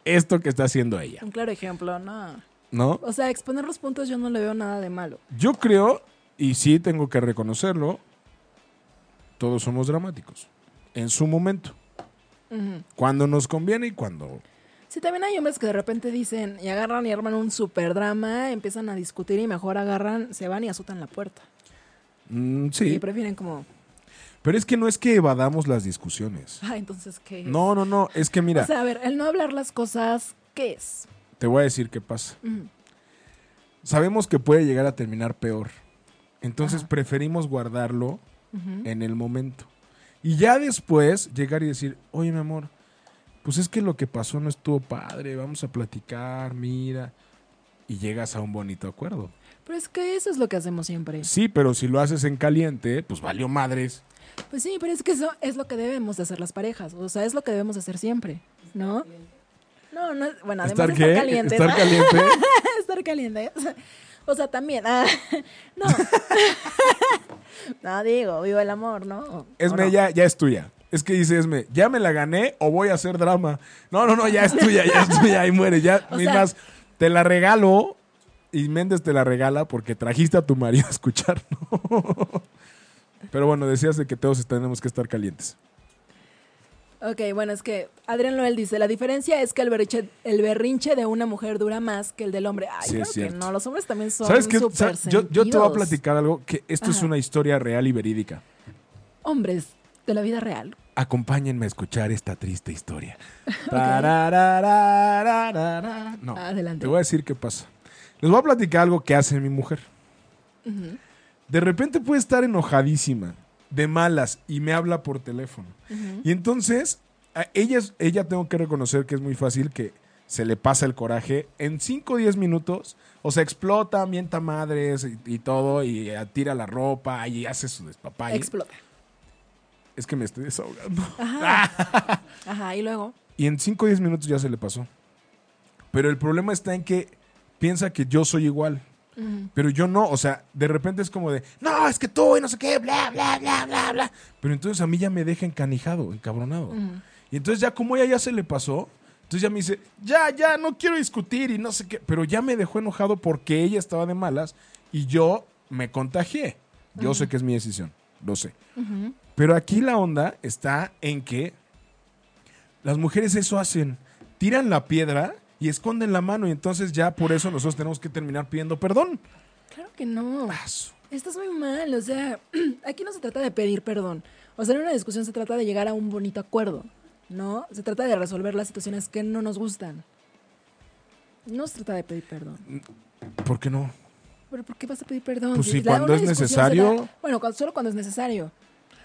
Esto que está haciendo ella, Un claro ejemplo, no. ¿no? O sea, exponer los puntos yo no le veo nada de malo. Yo creo, y sí tengo que reconocerlo, todos somos dramáticos. En su momento. Cuando nos conviene y cuando. Sí, también hay hombres que de repente dicen y agarran y arman un super drama, empiezan a discutir y mejor agarran, se van y azotan la puerta. Mm, Y sí. prefieren como, Pero es que no es que evadamos las discusiones. ah, entonces qué. es?". No, no, no. Es que mira, O sea, a ver, el no hablar las cosas, ¿qué es? te voy a decir qué pasa. Sabemos que puede llegar a terminar peor. Entonces preferimos guardarlo en el momento. Y ya después llegar y decir, oye, mi amor, pues es que lo que pasó no estuvo padre, vamos a platicar, mira. Y llegas a un bonito acuerdo. Pero es que eso es lo que hacemos siempre. Sí, pero si lo haces en caliente, pues valió madres. Pues sí, pero es que eso es lo que debemos de hacer las parejas. O sea, es lo que debemos de hacer siempre, ¿no? No, no, es- bueno, además ¿Estar de estar qué? calientes. ¿Estar caliente? estar caliente. O sea, también. ah, no. no digo, vivo el amor, ¿no? O- o Esme, no. ya, ya es tuya. Es que dice Esme, ya me la gané o voy a hacer drama. No, no, no, ya es tuya, ya es tuya, ahí muere. Ya, O es sea- más, te la regalo y Méndez te la regala porque trajiste a tu marido a escucharnos. Pero bueno, decías de que todos tenemos que estar calientes. Ok, bueno, es que Adrián Noel dice, la diferencia es que el berrinche, el berrinche de una mujer dura más que el del hombre. Ay, Sí, creo es cierto. que no, los hombres también son ¿Sabes qué? súper Sa- Yo, yo te voy a sentidos. platicar algo que esto es Ajá. una historia real y verídica. Hombres de la vida real. Acompáñenme a escuchar esta triste historia. Tarararararara. No, Adelante. te voy a decir qué pasa. Les voy a platicar algo que hace mi mujer. De repente puede estar enojadísima, de malas, y me habla por teléfono. Y entonces, a ella, es- ella tengo que reconocer que es muy fácil que se le pasa el coraje en 5 o 10 minutos. O sea, explota, mienta madres y, y todo, y eh, tira la ropa y hace su despapalle. Explota. es que me estoy desahogando. Ajá, y luego. Y en 5 o 10 minutos ya se le pasó. Pero el problema está en que piensa que yo soy igual. Pero yo no, o sea, de repente es como de, no, es que tú y no sé qué, bla, bla, bla, bla, bla. Pero entonces a mí ya me deja encanijado, encabronado. Y entonces ya como ella ya se le pasó, entonces ya me dice, ya, ya, no quiero discutir y no sé qué. Pero ya me dejó enojado porque ella estaba de malas y yo me contagié. Yo sé que es mi decisión, lo sé. Pero aquí la onda está en que las mujeres eso hacen. Tiran la piedra y esconden la mano y entonces ya por eso nosotros tenemos que terminar pidiendo perdón. Claro que no. Ah. Estás muy mal, o sea, aquí no se trata de pedir perdón. O sea, en una discusión se trata de llegar a un bonito acuerdo, ¿no? Se trata de resolver las situaciones que no nos gustan. No se trata de pedir perdón. ¿Por qué no? ¿Pero por qué vas a pedir perdón? Mm. Pues sí, la- cuando una es discusión se necesario. da- bueno, cuando- solo cuando es necesario.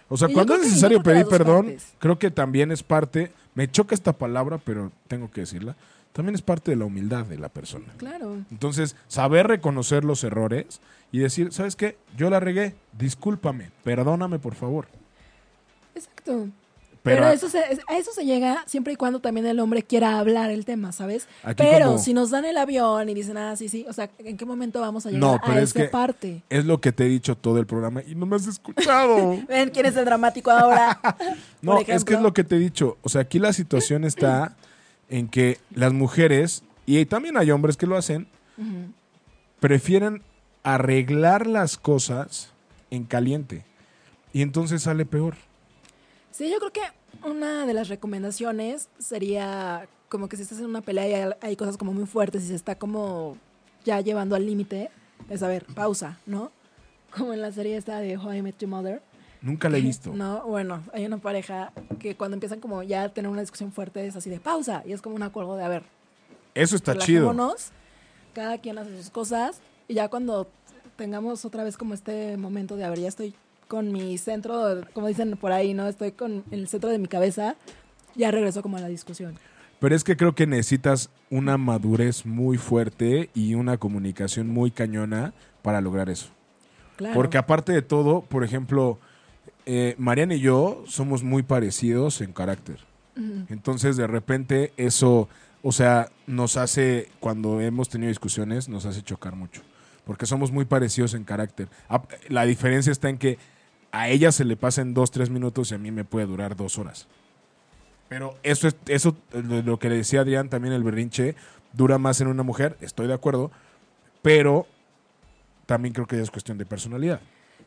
O sea, Y yo cuando es creo que- yo necesario creo que pedir las dos perdón, partes. creo que también es parte, me choca esta palabra, pero tengo que decirla, también es parte de la humildad de la persona. Claro. Entonces, saber reconocer los errores y decir, ¿sabes qué? Yo la regué, discúlpame, perdóname por favor. Exacto. Pero, Pero, eso se, es- a eso se llega siempre y cuando también el hombre quiera hablar el tema, ¿sabes? Aquí Pero como- si nos dan el avión y dicen, ah, sí, sí, o sea, ¿en qué momento vamos a llegar no, pero a es esa que parte? es lo que te he dicho todo el programa y no me has escuchado. Ven, ¿quién es el dramático ahora? No, Por es que es ejemplo. lo que te he dicho. O sea, aquí la situación está en que las mujeres, y también hay hombres que lo hacen, prefieren arreglar las cosas en caliente. Y entonces sale peor. Sí, yo creo que una de las recomendaciones sería como que si estás en una pelea y hay, hay cosas como muy fuertes y se está como ya llevando al límite, es a ver, pausa, ¿no? como en la serie esta de How I Met Your Mother. Nunca la he visto. No, bueno, hay una pareja que cuando empiezan como ya a tener una discusión fuerte es así de pausa y es como un acuerdo de, a ver, Eso está chido. relajémonos, cada quien hace sus cosas y ya cuando tengamos otra vez como este momento de, a ver, ya estoy con mi centro, como dicen por ahí, ¿no? Estoy con el centro de mi cabeza, ya regreso como a la discusión. Pero es que creo que necesitas una madurez muy fuerte y una comunicación muy cañona para lograr eso. Claro. Porque aparte de todo, por ejemplo, eh, Mariana y yo somos muy parecidos en carácter. Entonces, de repente, eso, o sea, nos hace, cuando hemos tenido discusiones, nos hace chocar mucho. Porque somos muy parecidos en carácter. Ap- La diferencia está en que a ella se le pasan dos, tres minutos y a mí me puede durar dos horas. Pero eso es eso, lo lo que le decía Adrián también, el berrinche, dura más en una mujer, estoy de acuerdo, pero también creo que es cuestión de personalidad.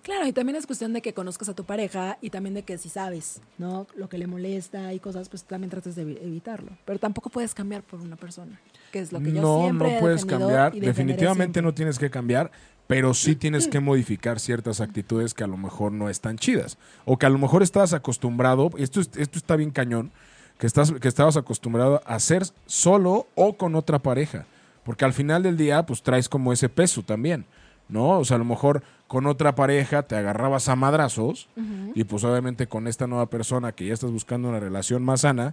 Claro, y también es cuestión de que conozcas a tu pareja y también de que si sabes, ¿no? Lo que le molesta y cosas, pues también trates de evi- evitarlo. Pero tampoco puedes cambiar por una persona, que es lo que yo no, siempre no he puedes defendido cambiar. y defenderé Definitivamente siempre. no tienes que cambiar, pero sí tienes que modificar ciertas actitudes que a lo mejor no están chidas. O que a lo mejor estabas acostumbrado, esto, es- esto está bien cañón, que, estás, que estabas acostumbrado a hacer solo o con otra pareja. Porque al final del día, pues traes como ese peso también, ¿no? O sea, a lo mejor con otra pareja te agarrabas a madrazos y pues obviamente con esta nueva persona que ya estás buscando una relación más sana,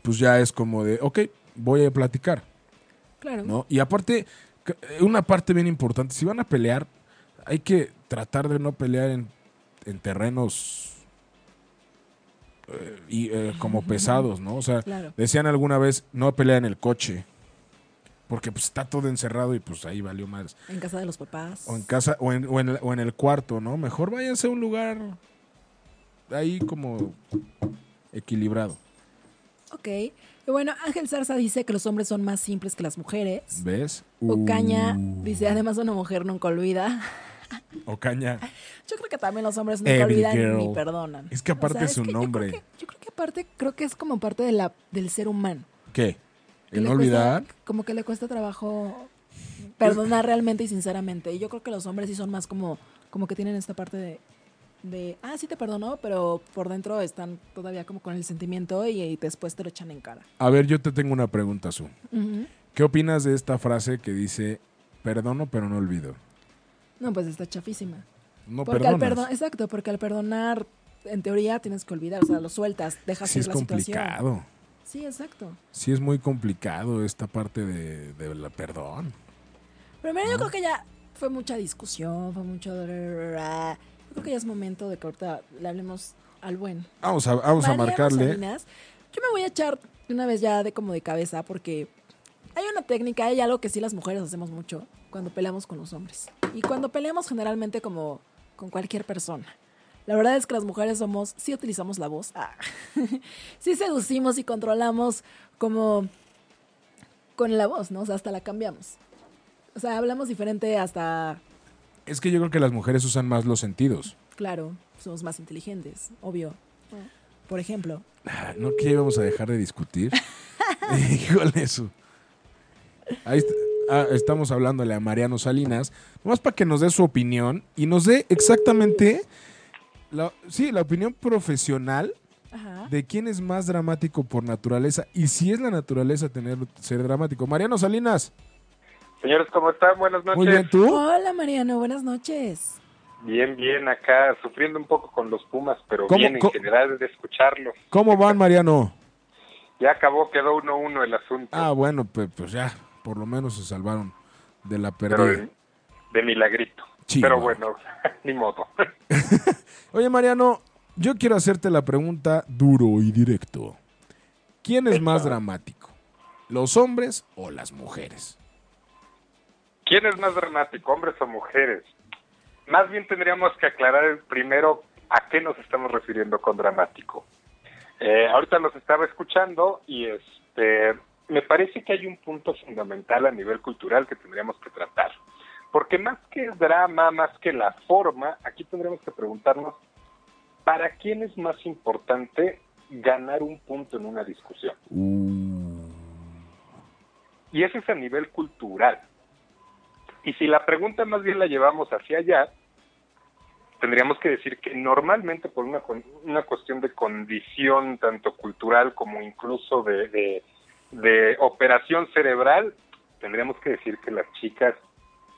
pues ya es como de, ok, voy a platicar. Claro. ¿no? Y aparte, c- eh, una parte bien importante, si van a pelear, hay que tratar de no pelear en, en terrenos eh, y, eh, como pesados, ¿no? O sea, Claro. decían alguna vez, no pelear en el coche, porque pues está todo encerrado y pues ahí valió más. En casa de los papás. O en casa, o en, o en, o en el cuarto, ¿no? Mejor váyanse a un lugar ahí como equilibrado, Ok. Y bueno, Ángel Zarza dice que los hombres son más simples que las mujeres. ¿ves? Ocaña Uh, dice, además una mujer nunca olvida. Ocaña. Yo creo que también los hombres nunca Every olvidan girl. ni perdonan. Es que aparte es es un que yo creo hombre. que- Yo creo que aparte, creo que es como parte de la, del ser humano. ¿Qué? que ¿El le no cuesta- olvidar? como que le cuesta trabajo perdonar realmente y sinceramente. Y yo creo que los hombres sí son más como, como que tienen esta parte de, de, ah, sí te perdonó, pero por dentro están todavía como con el sentimiento y, y después te lo echan en cara. A ver, yo te tengo una pregunta, Su. Ujú. ¿Qué opinas de esta frase que dice, perdono pero no olvido? No, pues está chafísima. No porque perdonas. al perdo- exacto, porque al perdonar, en teoría tienes que olvidar, o sea, lo sueltas, dejas sí ir es la situación. complicado. Sí, exacto. Sí es muy complicado esta parte de, de la perdón. Primero yo creo que ya fue mucha discusión, fue mucho... Yo creo que ya es momento de que ahorita le hablemos al buen. Vamos a, vamos a Mariano marcarle. Salinas, yo me voy a echar de una vez ya de como de cabeza porque hay una técnica, hay algo que sí las mujeres hacemos mucho cuando peleamos con los hombres. Y cuando peleamos generalmente como con cualquier persona. La verdad es que las mujeres somos, sí utilizamos la voz, ah, sí seducimos y controlamos como con la voz, ¿no? O sea, hasta la cambiamos. O sea, hablamos diferente hasta, Es que yo creo que las mujeres usan más los sentidos. claro, somos más inteligentes, obvio. Por ejemplo. Ah, No que íbamos a dejar de discutir. Híjole, Su. Ahí est- ah, estamos hablándole a Mariano Salinas, nomás para que nos dé su opinión y nos dé exactamente la, sí, la opinión profesional Ajá. de quién es más dramático por naturaleza y si es la naturaleza tener ser dramático. Mariano Salinas, Señores, ¿cómo están? Buenas noches. muy bien tú. Hola Mariano, buenas noches. Bien, bien, acá sufriendo un poco con los Pumas, pero ¿Cómo- bien en co- general de escucharlos. ¿Cómo van, Mariano? Ya acabó, quedó 1-1 el asunto. Ah, bueno, pe- pues, ya, por lo menos se salvaron de la pero pérdida. de, de milagrito. Chihuahua. Pero bueno, ni modo. Oye, Mariano, yo quiero hacerte la pregunta duro y directo. ¿Quién es más dramático? ¿Los hombres o las mujeres? ¿Quién es más dramático, hombres o mujeres? Más bien tendríamos que aclarar primero a qué nos estamos refiriendo con dramático. Eh, ahorita los estaba escuchando y este me parece que hay un punto fundamental a nivel cultural que tendríamos que tratar. Porque más que drama, más que la forma, aquí tendríamos que preguntarnos para quién es más importante ganar un punto en una discusión. Y eso es a nivel cultural. Y si la pregunta más bien la llevamos hacia allá, tendríamos que decir que normalmente por una, con- una cuestión de condición tanto cultural como incluso de, de- de operación cerebral, tendríamos que decir que las chicas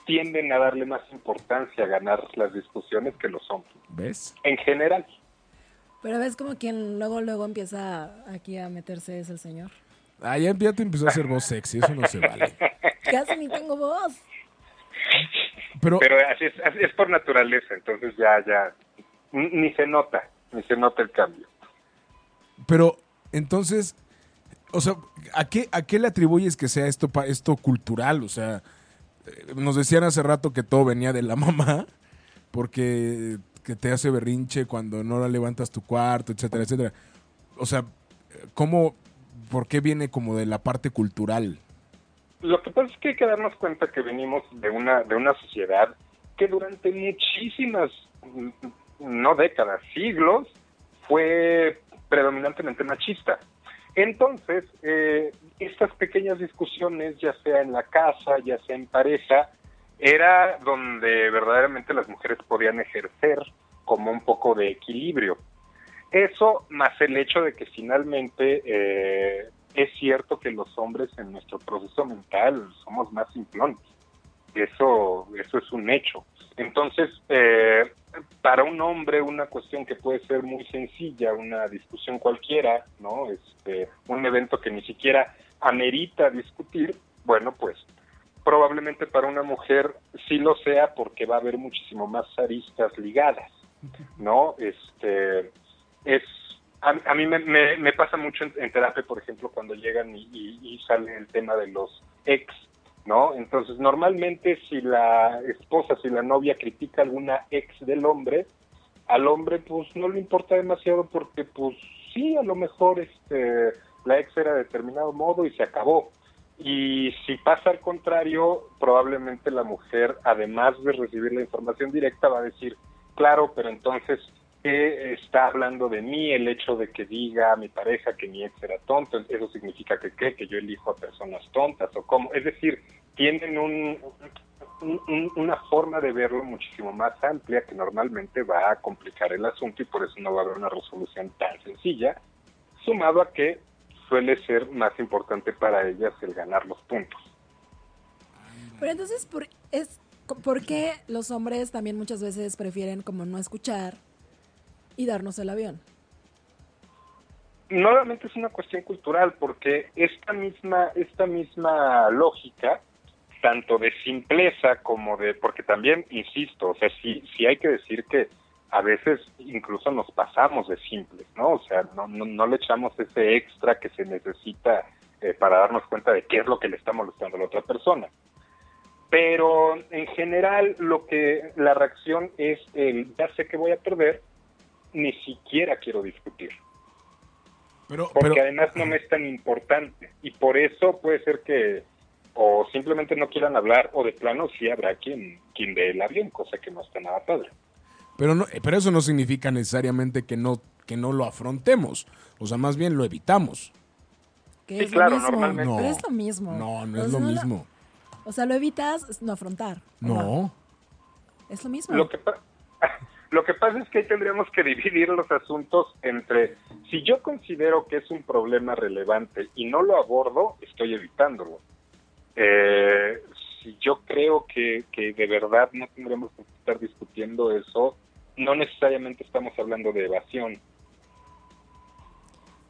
tienden a darle más importancia a ganar las discusiones que los hombres, ¿Ves? en general. Pero ves como quien luego, luego empieza aquí a meterse es el señor. Ah, ya, ya te empezó a hacer voz sexy, eso no se vale. Casi ni tengo voz. Pero, Pero así es, así es por naturaleza, entonces ya, ya, n- ni se nota, ni se nota el cambio. pero entonces, o sea, ¿a qué, ¿a qué le atribuyes que sea esto, pa- esto cultural? O sea, eh, nos decían hace rato que todo venía de la mamá, porque que te hace berrinche cuando no la levantas tu cuarto, etcétera, etcétera. O sea, ¿cómo, por qué viene como de la parte cultural? Lo que pasa es que hay que darnos cuenta que venimos de una, de una sociedad que durante muchísimas, mm, no décadas, siglos, fue predominantemente machista. Entonces, eh, estas pequeñas discusiones, ya sea en la casa, ya sea en pareja, era donde verdaderamente las mujeres podían ejercer como un poco de equilibrio. Eso más el hecho de que finalmente eh, es cierto que los hombres en nuestro proceso mental somos más simplones. Eso, eso es un hecho. Entonces, eh, para un hombre una cuestión que puede ser muy sencilla, una discusión cualquiera, ¿no? Este, un evento que ni siquiera amerita discutir, bueno, pues probablemente para una mujer sí lo sea porque va a haber muchísimo más aristas ligadas, ¿no? Este, es a, a mí me, me- me pasa mucho en, en terapia, por ejemplo, cuando llegan y, y- y sale el tema de los ex, ¿no? Entonces, normalmente si la esposa, si la novia critica alguna ex del hombre, al hombre pues no le importa demasiado porque pues sí, a lo mejor este la ex era de determinado modo y se acabó. Y si pasa al contrario, probablemente la mujer, además de recibir la información directa, va a decir, claro, pero entonces, ¿qué está hablando de mí? El hecho de que diga a mi pareja que mi ex era tonto, eso significa que qué, que yo elijo a personas tontas o cómo. Es decir, tienen un, un- un- una forma de verlo muchísimo más amplia que normalmente va a complicar el asunto y por eso no va a haber una resolución tan sencilla, sumado a que suele ser más importante para ellas el ganar los puntos. Pero entonces, ¿por, es, ¿por qué los hombres también muchas veces prefieren como no escuchar y darnos el avión? nuevamente es una cuestión cultural porque esta misma esta misma lógica tanto de simpleza como de porque también insisto o sea sí sí hay que decir que a veces incluso nos pasamos de simples no o sea no no, no le echamos ese extra que se necesita eh, para darnos cuenta de qué es lo que le está molestando a la otra persona pero en general lo que la reacción es el ya sé que voy a perder ni siquiera quiero discutir Pero, porque pero- además no me es tan importante y por eso puede ser que o simplemente no quieran hablar o de plano sí habrá quien quien dé el avión, cosa que no está nada padre. Pero, no, pero eso no significa necesariamente que no, que no lo afrontemos. O sea, más bien lo evitamos. Que Sí, es claro, lo mismo. normalmente. No. Pero es lo mismo. No, no es Entonces, lo no mismo. O sea, lo evitas es no afrontar. ¿o No. Es lo Ah. mismo. Lo que, pa- lo que pasa es que ahí tendríamos que dividir los asuntos entre si yo considero que es un problema relevante y no lo abordo, estoy evitándolo. Eh, si yo creo que, que de verdad no tendremos que estar discutiendo eso, no necesariamente estamos hablando de evasión.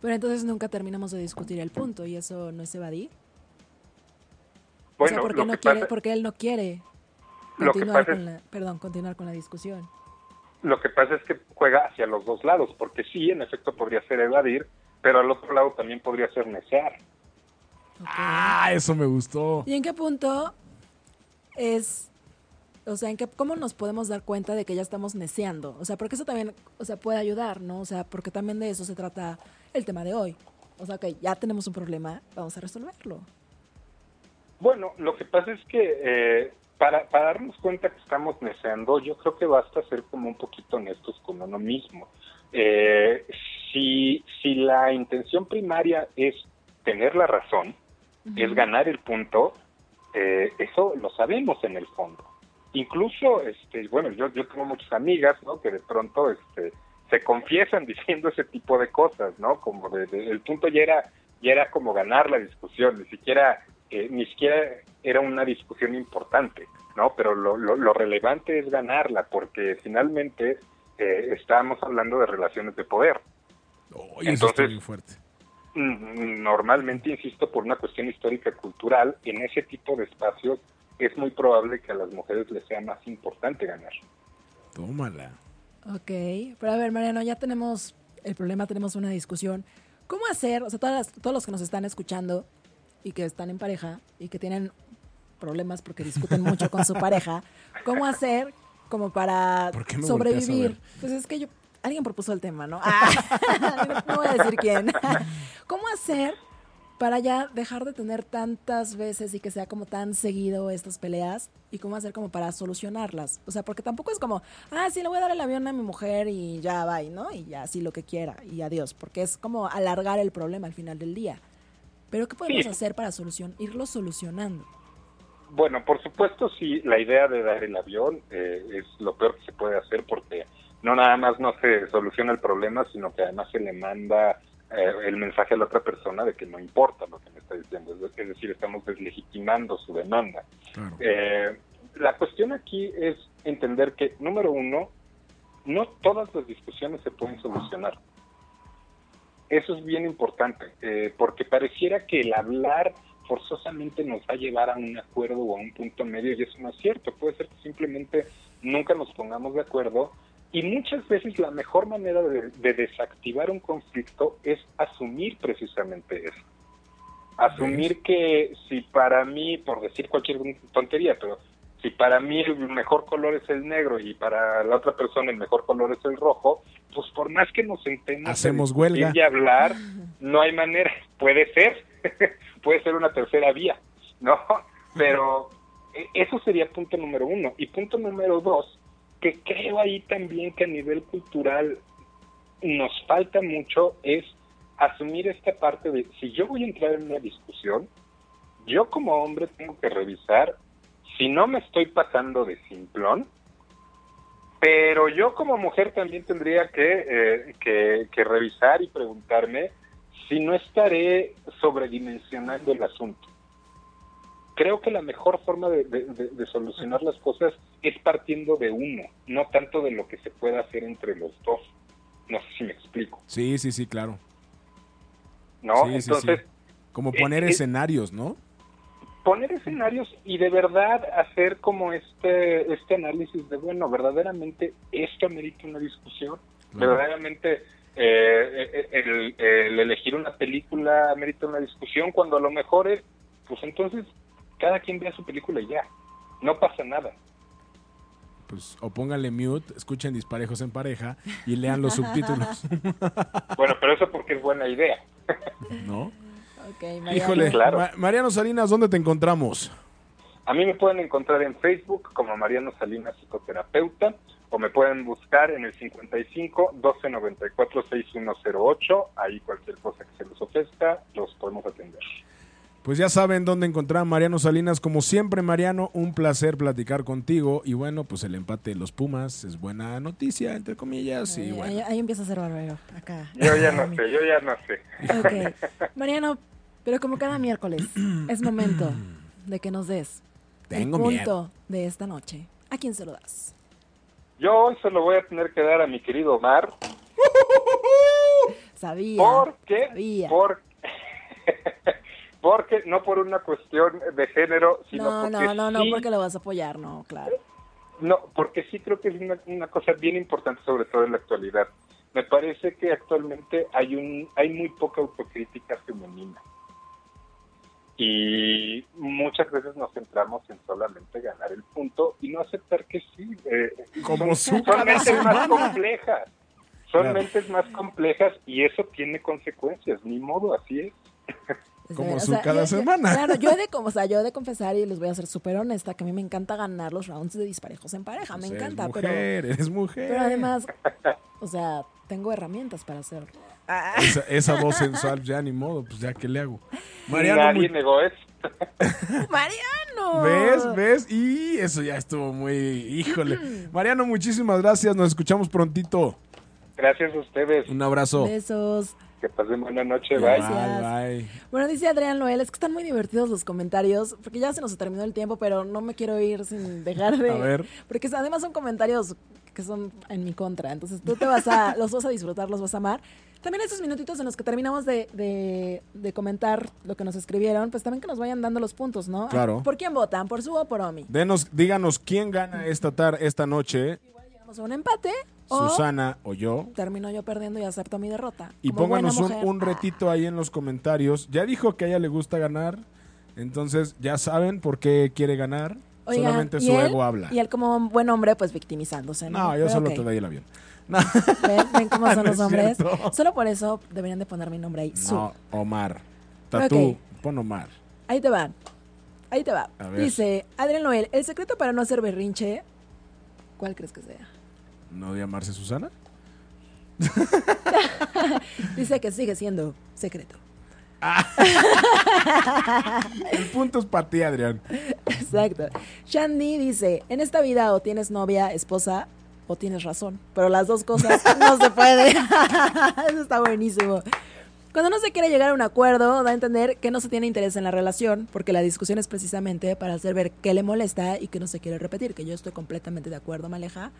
Pero entonces nunca terminamos de discutir el punto y eso no es evadir. o sea, Bueno, porque, lo no que quiere, pasa- porque él no quiere Lo que continuar pasa con es- la, perdón, continuar con la discusión. Lo que pasa es que juega hacia los dos lados, porque sí, en efecto podría ser evadir, pero al otro lado también podría ser necear. Ok. Ah, eso me gustó. ¿Y en qué punto es, o sea, en qué, cómo nos podemos dar cuenta de que ya estamos neceando? O sea, porque eso también, o sea, puede ayudar, ¿no? O sea, porque también de eso se trata el tema de hoy. O sea, que ya tenemos un problema, vamos a resolverlo. Bueno, lo que pasa es que eh, para, para darnos cuenta que estamos neceando, yo creo que basta ser como un poquito honestos con uno mismo. Eh, si, si la intención primaria es tener la razón, es ganar el punto, eh, eso lo sabemos en el fondo. Incluso, este, bueno, yo, yo tengo muchas amigas, ¿no? Que de pronto, este, se confiesan diciendo ese tipo de cosas, ¿no? Como de- de- el punto ya era, ya era como ganar la discusión, ni siquiera, eh, ni siquiera era una discusión importante, ¿no? Pero lo, lo- lo relevante es ganarla, porque finalmente eh, estábamos hablando de relaciones de poder. Oye, eso está Entonces- muy fuerte. Mm, Normalmente, insisto, por una cuestión histórica y cultural, en ese tipo de espacios es muy probable que a las mujeres les sea más importante ganar. Tómala. Ok, pero a ver, Mariano, ya tenemos el problema, tenemos una discusión. ¿Cómo hacer, o sea, todas las- todos los que nos están escuchando y que están en pareja y que tienen problemas porque discuten mucho con su pareja, ¿cómo hacer como para ¿Por qué me volteas a sobrevivir? ver? Pues es que yo, alguien propuso el tema, ¿no? Ah, no voy a decir quién. ¿Cómo hacer para ya dejar de tener tantas veces y que sea como tan seguido estas peleas y cómo hacer como para solucionarlas. O sea, porque tampoco es como, ah, sí, le voy a dar el avión a mi mujer y ya va, ¿no? Y ya, sí, lo que quiera y adiós, porque es como alargar el problema al final del día. Pero ¿qué podemos Sí. hacer para solución, irlo solucionando? Bueno, por supuesto, sí, la idea de dar el avión eh, es lo peor que se puede hacer porque no nada más no se soluciona el problema, sino que además se le manda eh, el mensaje a la otra persona de que no importa lo que me está diciendo. Es de- es decir, estamos deslegitimando su demanda. Claro. Eh, la cuestión aquí es entender que, número uno, no todas las discusiones se pueden solucionar. Eso es bien importante, eh, porque pareciera que el hablar forzosamente nos va a llevar a un acuerdo o a un punto medio, y eso no es cierto. Puede ser que simplemente nunca nos pongamos de acuerdo, y muchas veces la mejor manera de, de desactivar un conflicto es asumir precisamente eso. Asumir que si para mí, por decir cualquier tontería, pero si para mí el mejor color es el negro y para la otra persona el mejor color es el rojo, pues por más que nos sentemos a Hacemos discutir huelga. y a hablar, no hay manera. Puede ser, puede ser una tercera vía, ¿no? Pero eh, eso sería punto número uno. Y punto número dos, que creo ahí también que a nivel cultural nos falta mucho es asumir esta parte de si yo voy a entrar en una discusión, yo como hombre tengo que revisar si no me estoy pasando de simplón, pero yo como mujer también tendría que, eh, que, que revisar y preguntarme si no estaré sobredimensionando el asunto. Creo que la mejor forma de, de- de- de solucionar las cosas es partiendo de uno, no tanto de lo que se pueda hacer entre los dos. No sé si me explico, Sí, sí, sí, claro. ¿no? Sí, sí, sí. Entonces, Como eh, poner eh, escenarios, ¿no? poner escenarios y de verdad hacer como este este análisis de bueno verdaderamente esto amerita una discusión Claro. verdaderamente eh, eh, el, el elegir una película amerita una discusión cuando a lo mejor es pues entonces cada quien vea su película y ya no pasa nada Pues, o pónganle mute, escuchen disparejos en pareja y lean los subtítulos, bueno pero eso porque es buena idea ¿no? Ok, Mariano. Híjole, Claro. Ma- Mariano Salinas, ¿dónde te encontramos? A mí me pueden encontrar en Facebook como Mariano Salinas Psicoterapeuta o me pueden buscar en el 55 12 94 6108. Ahí cualquier cosa que se les ofrezca, los podemos atender. Pues ya saben dónde encontrar a Mariano Salinas. Como siempre, Mariano, un placer platicar contigo. Y bueno, pues el empate de los Pumas es buena noticia, entre comillas. Ahí- Y ahí, bueno, ahí empieza a ser barbero, acá. Yo ya no sé, yo ya no sé. Ok, Mariano, pero como cada miércoles, es momento de que nos des Tengo el punto miedo. de esta noche. ¿A quién se lo das? Yo hoy se lo voy a tener que dar a mi querido Omar. Sabía. ¿Por qué? Sabía. Por- porque no por una cuestión de género, sino No, porque no, no, no, sí- porque lo vas a apoyar, no, claro. No, porque sí creo que es una, una cosa bien importante, sobre todo en la actualidad. Me parece que actualmente hay un hay muy poca autocrítica femenina. Y muchas veces nos centramos en solamente ganar el punto y no aceptar que sí. eh, Como su son cabeza mentes más humana. complejas. Son Claro. mentes más complejas y eso tiene consecuencias. Ni modo, así es. Es Como de- su cada yo- yo- semana. claro, yo he de, como, o sea, yo he de confesar y les voy a ser súper honesta que a mí me encanta ganar los rounds de disparejos en pareja, Ah, me pues, encanta, eres pero, mujer, eres mujer. pero además, o sea, tengo herramientas para hacerlo. Esa, esa voz sensual, ya ni modo, pues ya, ¿qué le hago? Mariano, Nadie muy- negó eso. Mariano. ¿Ves? ¿Ves? Y eso ya estuvo muy... Híjole. Mariano, muchísimas gracias. Nos escuchamos prontito. Gracias a ustedes. Un abrazo. Besos. Que pasen buena noche. Bye. Gracias. Bye, bye. Bueno, dice Adrián Noel, es que están muy divertidos los comentarios, porque ya se nos terminó el tiempo, pero no me quiero ir sin dejar de... A ver. Porque además son comentarios que son en mi contra, entonces tú te vas a... los vas a disfrutar, los vas a amar. También esos minutitos en los que terminamos de, de- de comentar lo que nos escribieron, pues también que nos vayan dando los puntos, ¿no? Claro. ¿Por quién votan? ¿Por su o por Omi? Denos, díganos quién gana esta, tar esta noche, Llegamos a un empate o Susana o yo. termino yo perdiendo y acepto mi derrota. Y Como buena pónganos un, mujer. un retito ahí en los comentarios. Ya dijo que a ella le gusta ganar. Entonces ya saben por qué quiere ganar. Oigan, Solamente ¿y su él? ego habla. Y él como buen hombre, pues victimizándose. No, No, yo Pero solo ok. te doy el avión. No, ¿Ven, ven cómo son Ah, No los es hombres? cierto. Solo por eso deberían de poner mi nombre ahí. Su. no, Omar. Tatú, Ok. pon Omar. Ahí te va. Ahí te va. A ver. Dice Adrián Noel, el secreto para no hacer berrinche, ¿cuál crees que sea? ¿No llamarse Susana? Dice que sigue siendo secreto. El punto es para ti, Adrián. Exacto. Shandy dice, en esta vida o tienes novia, esposa o tienes razón, pero las dos cosas no se puede. Eso está buenísimo. Cuando no se quiere llegar a un acuerdo, da a entender que no se tiene interés en la relación, porque la discusión es precisamente para hacer ver qué le molesta y que no se quiere repetir, que yo estoy completamente de acuerdo, Maleja.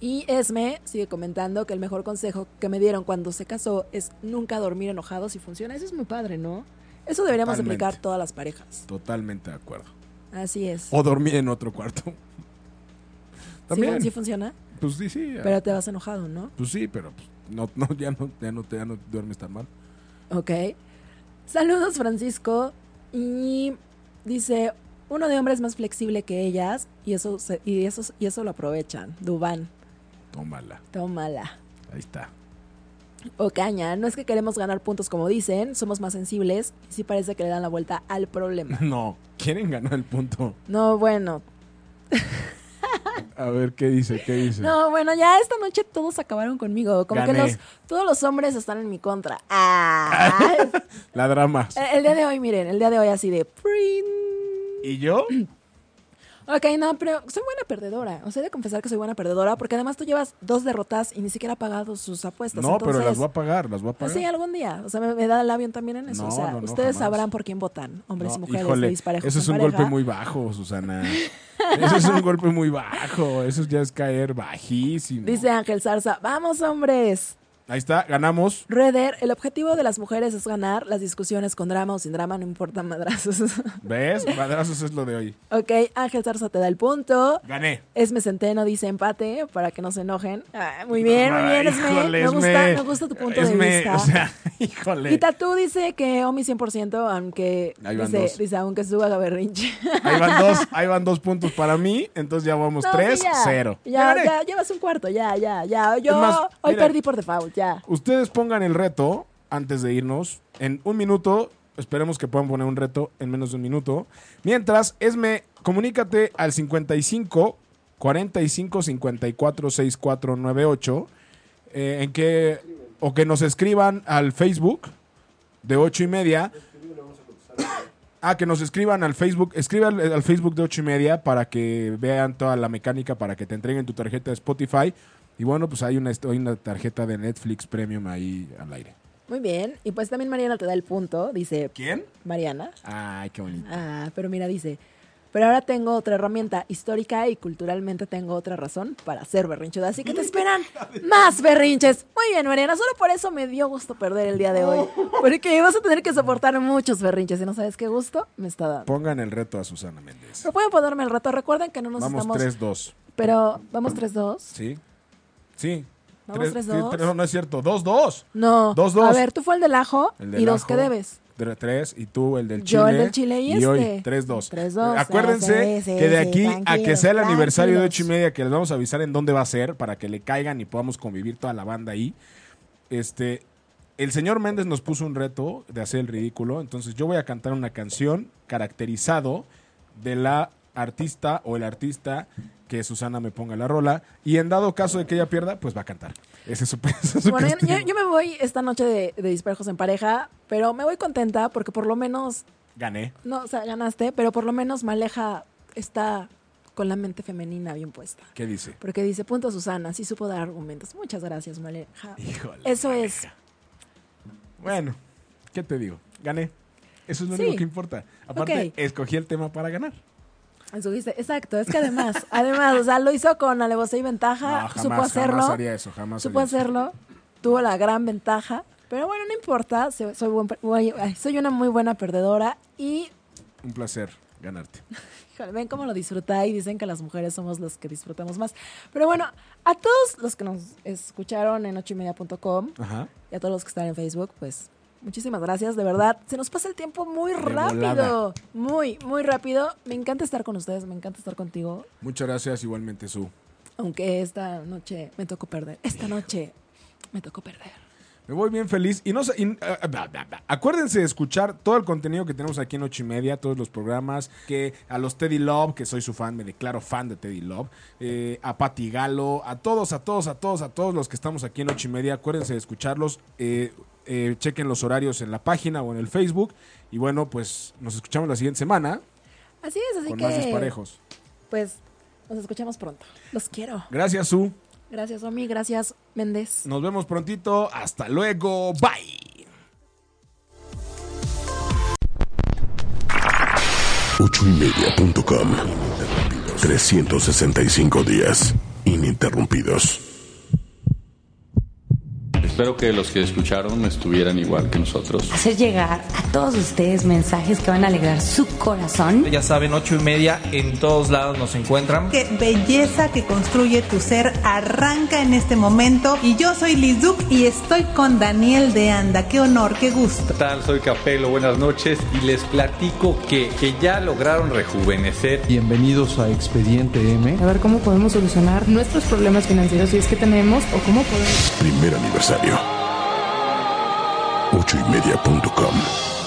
Y Esme sigue comentando que el mejor consejo que me dieron cuando se casó es nunca dormir enojados y funciona. Eso es muy padre, ¿no? Eso deberíamos Totalmente. aplicar todas las parejas. Totalmente de acuerdo. Así es. O dormí en otro cuarto. También. Sí, sí funciona, Pues sí, sí. pero te vas enojado, ¿no? Pues sí, pero pues, no, no, ya, no, ya, no, ya no duermes tan mal. Ok. Saludos, Francisco. Y dice, uno de hombres más flexible que ellas y eso, se- y eso, y eso lo aprovechan. Dubán, Tómala. tómala. Ahí está. Ocaña, no es que queremos ganar puntos como dicen, somos más sensibles y sí parece que le dan la vuelta al problema. No, quieren ganar el punto. No, bueno. A ver qué dice, qué dice. No, bueno, ya esta noche todos acabaron conmigo. Como que Gané. los, todos los hombres están en mi contra. Ah. La drama. el, el día de hoy, miren, el día de hoy así de... "Pring". ¿Y yo? pues Ok, no, pero soy buena perdedora. O sea, he de confesar que soy buena perdedora porque además tú llevas dos derrotas y ni siquiera ha pagado sus apuestas. No, pero entonces- las voy a pagar, las voy a Ah, pagar. Sí, algún día. O sea, me, me da el avión también en eso. No, o sea, no, no, ustedes jamás. sabrán por quién votan, hombres y No, mujeres, híjole, disparejos. Eso es en un pareja. golpe muy bajo, Susana. Eso es un golpe muy bajo. Eso ya es caer bajísimo. Dice Ángel Zarza, vamos hombres. Ahí está, ganamos. Reder, el objetivo de las mujeres es ganar las discusiones con drama o sin drama, no importa madrazos. ¿Ves? Madrazos es lo de hoy. ok, Ángel Zarza te da el punto. Gané. Esme Centeno dice empate para que no se enojen. Ah, muy bien, muy bien, Esme. Híjole, me, gusta, Esme. me gusta tu punto Esme, de vista. O sea, híjole. Y Tatú dice que Omi 100%, aunque Ahí van dice, dos. dice, aunque suba haga berrinche. Ahí van dos, ahí van dos puntos para mí. Entonces ya vamos No, sí, tres, ya. cero. Ya, gané. ya, llevas un cuarto, ya, ya, ya. Yo Es más, hoy mira. perdí por default, ya. Ustedes pongan el reto antes de irnos. En un minuto, esperemos que puedan poner un reto en menos de un minuto. Mientras, Esme, comunícate al 55 45 54 64 98. eh, en que, o que nos escriban al Facebook de 8 y media. Ah, que nos escriban al Facebook. Escriban al al Facebook de 8 y media para que vean toda la mecánica, para que te entreguen tu tarjeta de Spotify. Y bueno, pues hay una, est- hay una tarjeta de Netflix Premium ahí al aire. Muy bien. Y pues también Mariana te da el punto, dice ¿Quién? Mariana. Ay, qué bonito. Ah, pero mira, dice, pero ahora tengo otra herramienta histórica y culturalmente tengo otra razón para ser berrinchuda. Así que te esperan más berrinches. Muy bien, Mariana, solo por eso me dio gusto perder el día de hoy. Porque vas a tener que soportar muchos berrinches y no sabes qué gusto me está dando. Pongan el reto a Susana Méndez. Pero pueden ponerme el rato. Recuerden que no nos Vamos estamos... 3-2. Pero, ¿vamos 3-2? ¿Sí? Sí. Vamos, Tres- tres, sí, dos. tres- No, no es cierto. 2-2. No. Dos, dos. A ver, tú fue el del ajo El del y dos ajo, que debes. tre- Tres, y tú el del chile. Yo el del chile y este. hoy, tres, dos. Tres, dos, eh, Acuérdense sí, sí, que de sí, aquí a que tranquilos, sea el aniversario de ocho tranquilos. y media, que les vamos a avisar en dónde va a ser para que le caigan y podamos convivir toda la banda ahí. Este, el señor Méndez nos puso un reto de hacer el ridículo. Entonces yo voy a cantar una canción caracterizado de la artista o el artista que Susana me ponga la rola. Y en dado caso de que ella pierda, pues va a cantar. Ese es su, ese es su Bueno, yo, castigo. yo- yo me voy esta noche de, de Disperjos en Pareja, pero me voy contenta porque por lo menos Gané. No, o sea, ganaste, pero por lo menos Maleja está con la mente femenina bien puesta. ¿Qué dice? Porque dice, punto a Susana, sí supo dar argumentos. Muchas gracias, Maleja. Híjole. Eso es. Bueno, ¿qué te digo? Gané. Eso es lo Sí. único que importa. Aparte, Ok. escogí el tema para ganar. eso dice, Exacto, es que además, además, o sea, lo hizo con alevosía y ventaja, No, supo hacerlo, jamás haría eso, jamás supo haría eso. hacerlo, tuvo la gran ventaja, pero bueno, no importa, se- soy, buen per- voy- ay, soy una muy buena perdedora y, Un placer ganarte. híjole, ven cómo lo disfruta y dicen que las mujeres somos las que disfrutamos más. Pero bueno, a todos los que nos escucharon en ochoymedia.com, Ajá. y a todos los que están en Facebook, pues muchísimas gracias, de verdad. Se nos pasa el tiempo muy volada. rápido, muy, muy rápido. Me encanta estar con ustedes, me encanta estar contigo, Muchas gracias igualmente, Su. aunque esta noche me tocó perder. Esta noche me tocó perder. Me voy bien feliz. Y no sé- y- ah, ah, ah, ah, ah. acuérdense de escuchar todo el contenido que tenemos aquí en ocho y media, todos los programas, que a los Teddy Love, que soy su fan, me declaro fan de Teddy Love, eh, a Pati Galo, a todos, a todos, a todos, a todos los que estamos aquí en ocho y media, acuérdense de escucharlos, eh, eh, chequen los horarios en la página o en el Facebook. Y bueno, pues nos escuchamos la siguiente semana Así es, así con más que disparejos. pues nos escuchamos pronto. Los quiero. Gracias, Su. Gracias, Omi, gracias, Méndez. Nos vemos prontito. Hasta luego. Bye. 8ymedia.com 365 días ininterrumpidos. Espero que los que escucharon estuvieran igual que nosotros. hacer llegar a todos ustedes mensajes que van a alegrar su corazón. Ya saben, ocho y media en todos lados nos encuentran. Que belleza que construye tu ser arranca en este momento. Y yo soy Liz Duke y estoy con Daniel de Anda. Qué honor, qué gusto. ¿Qué tal? Soy Capelo, buenas noches y les platico que, que ya lograron rejuvenecer. Bienvenidos a Expediente M. A ver cómo podemos solucionar nuestros problemas financieros si es que tenemos o cómo podemos... Primer aniversario. 8ymedia.com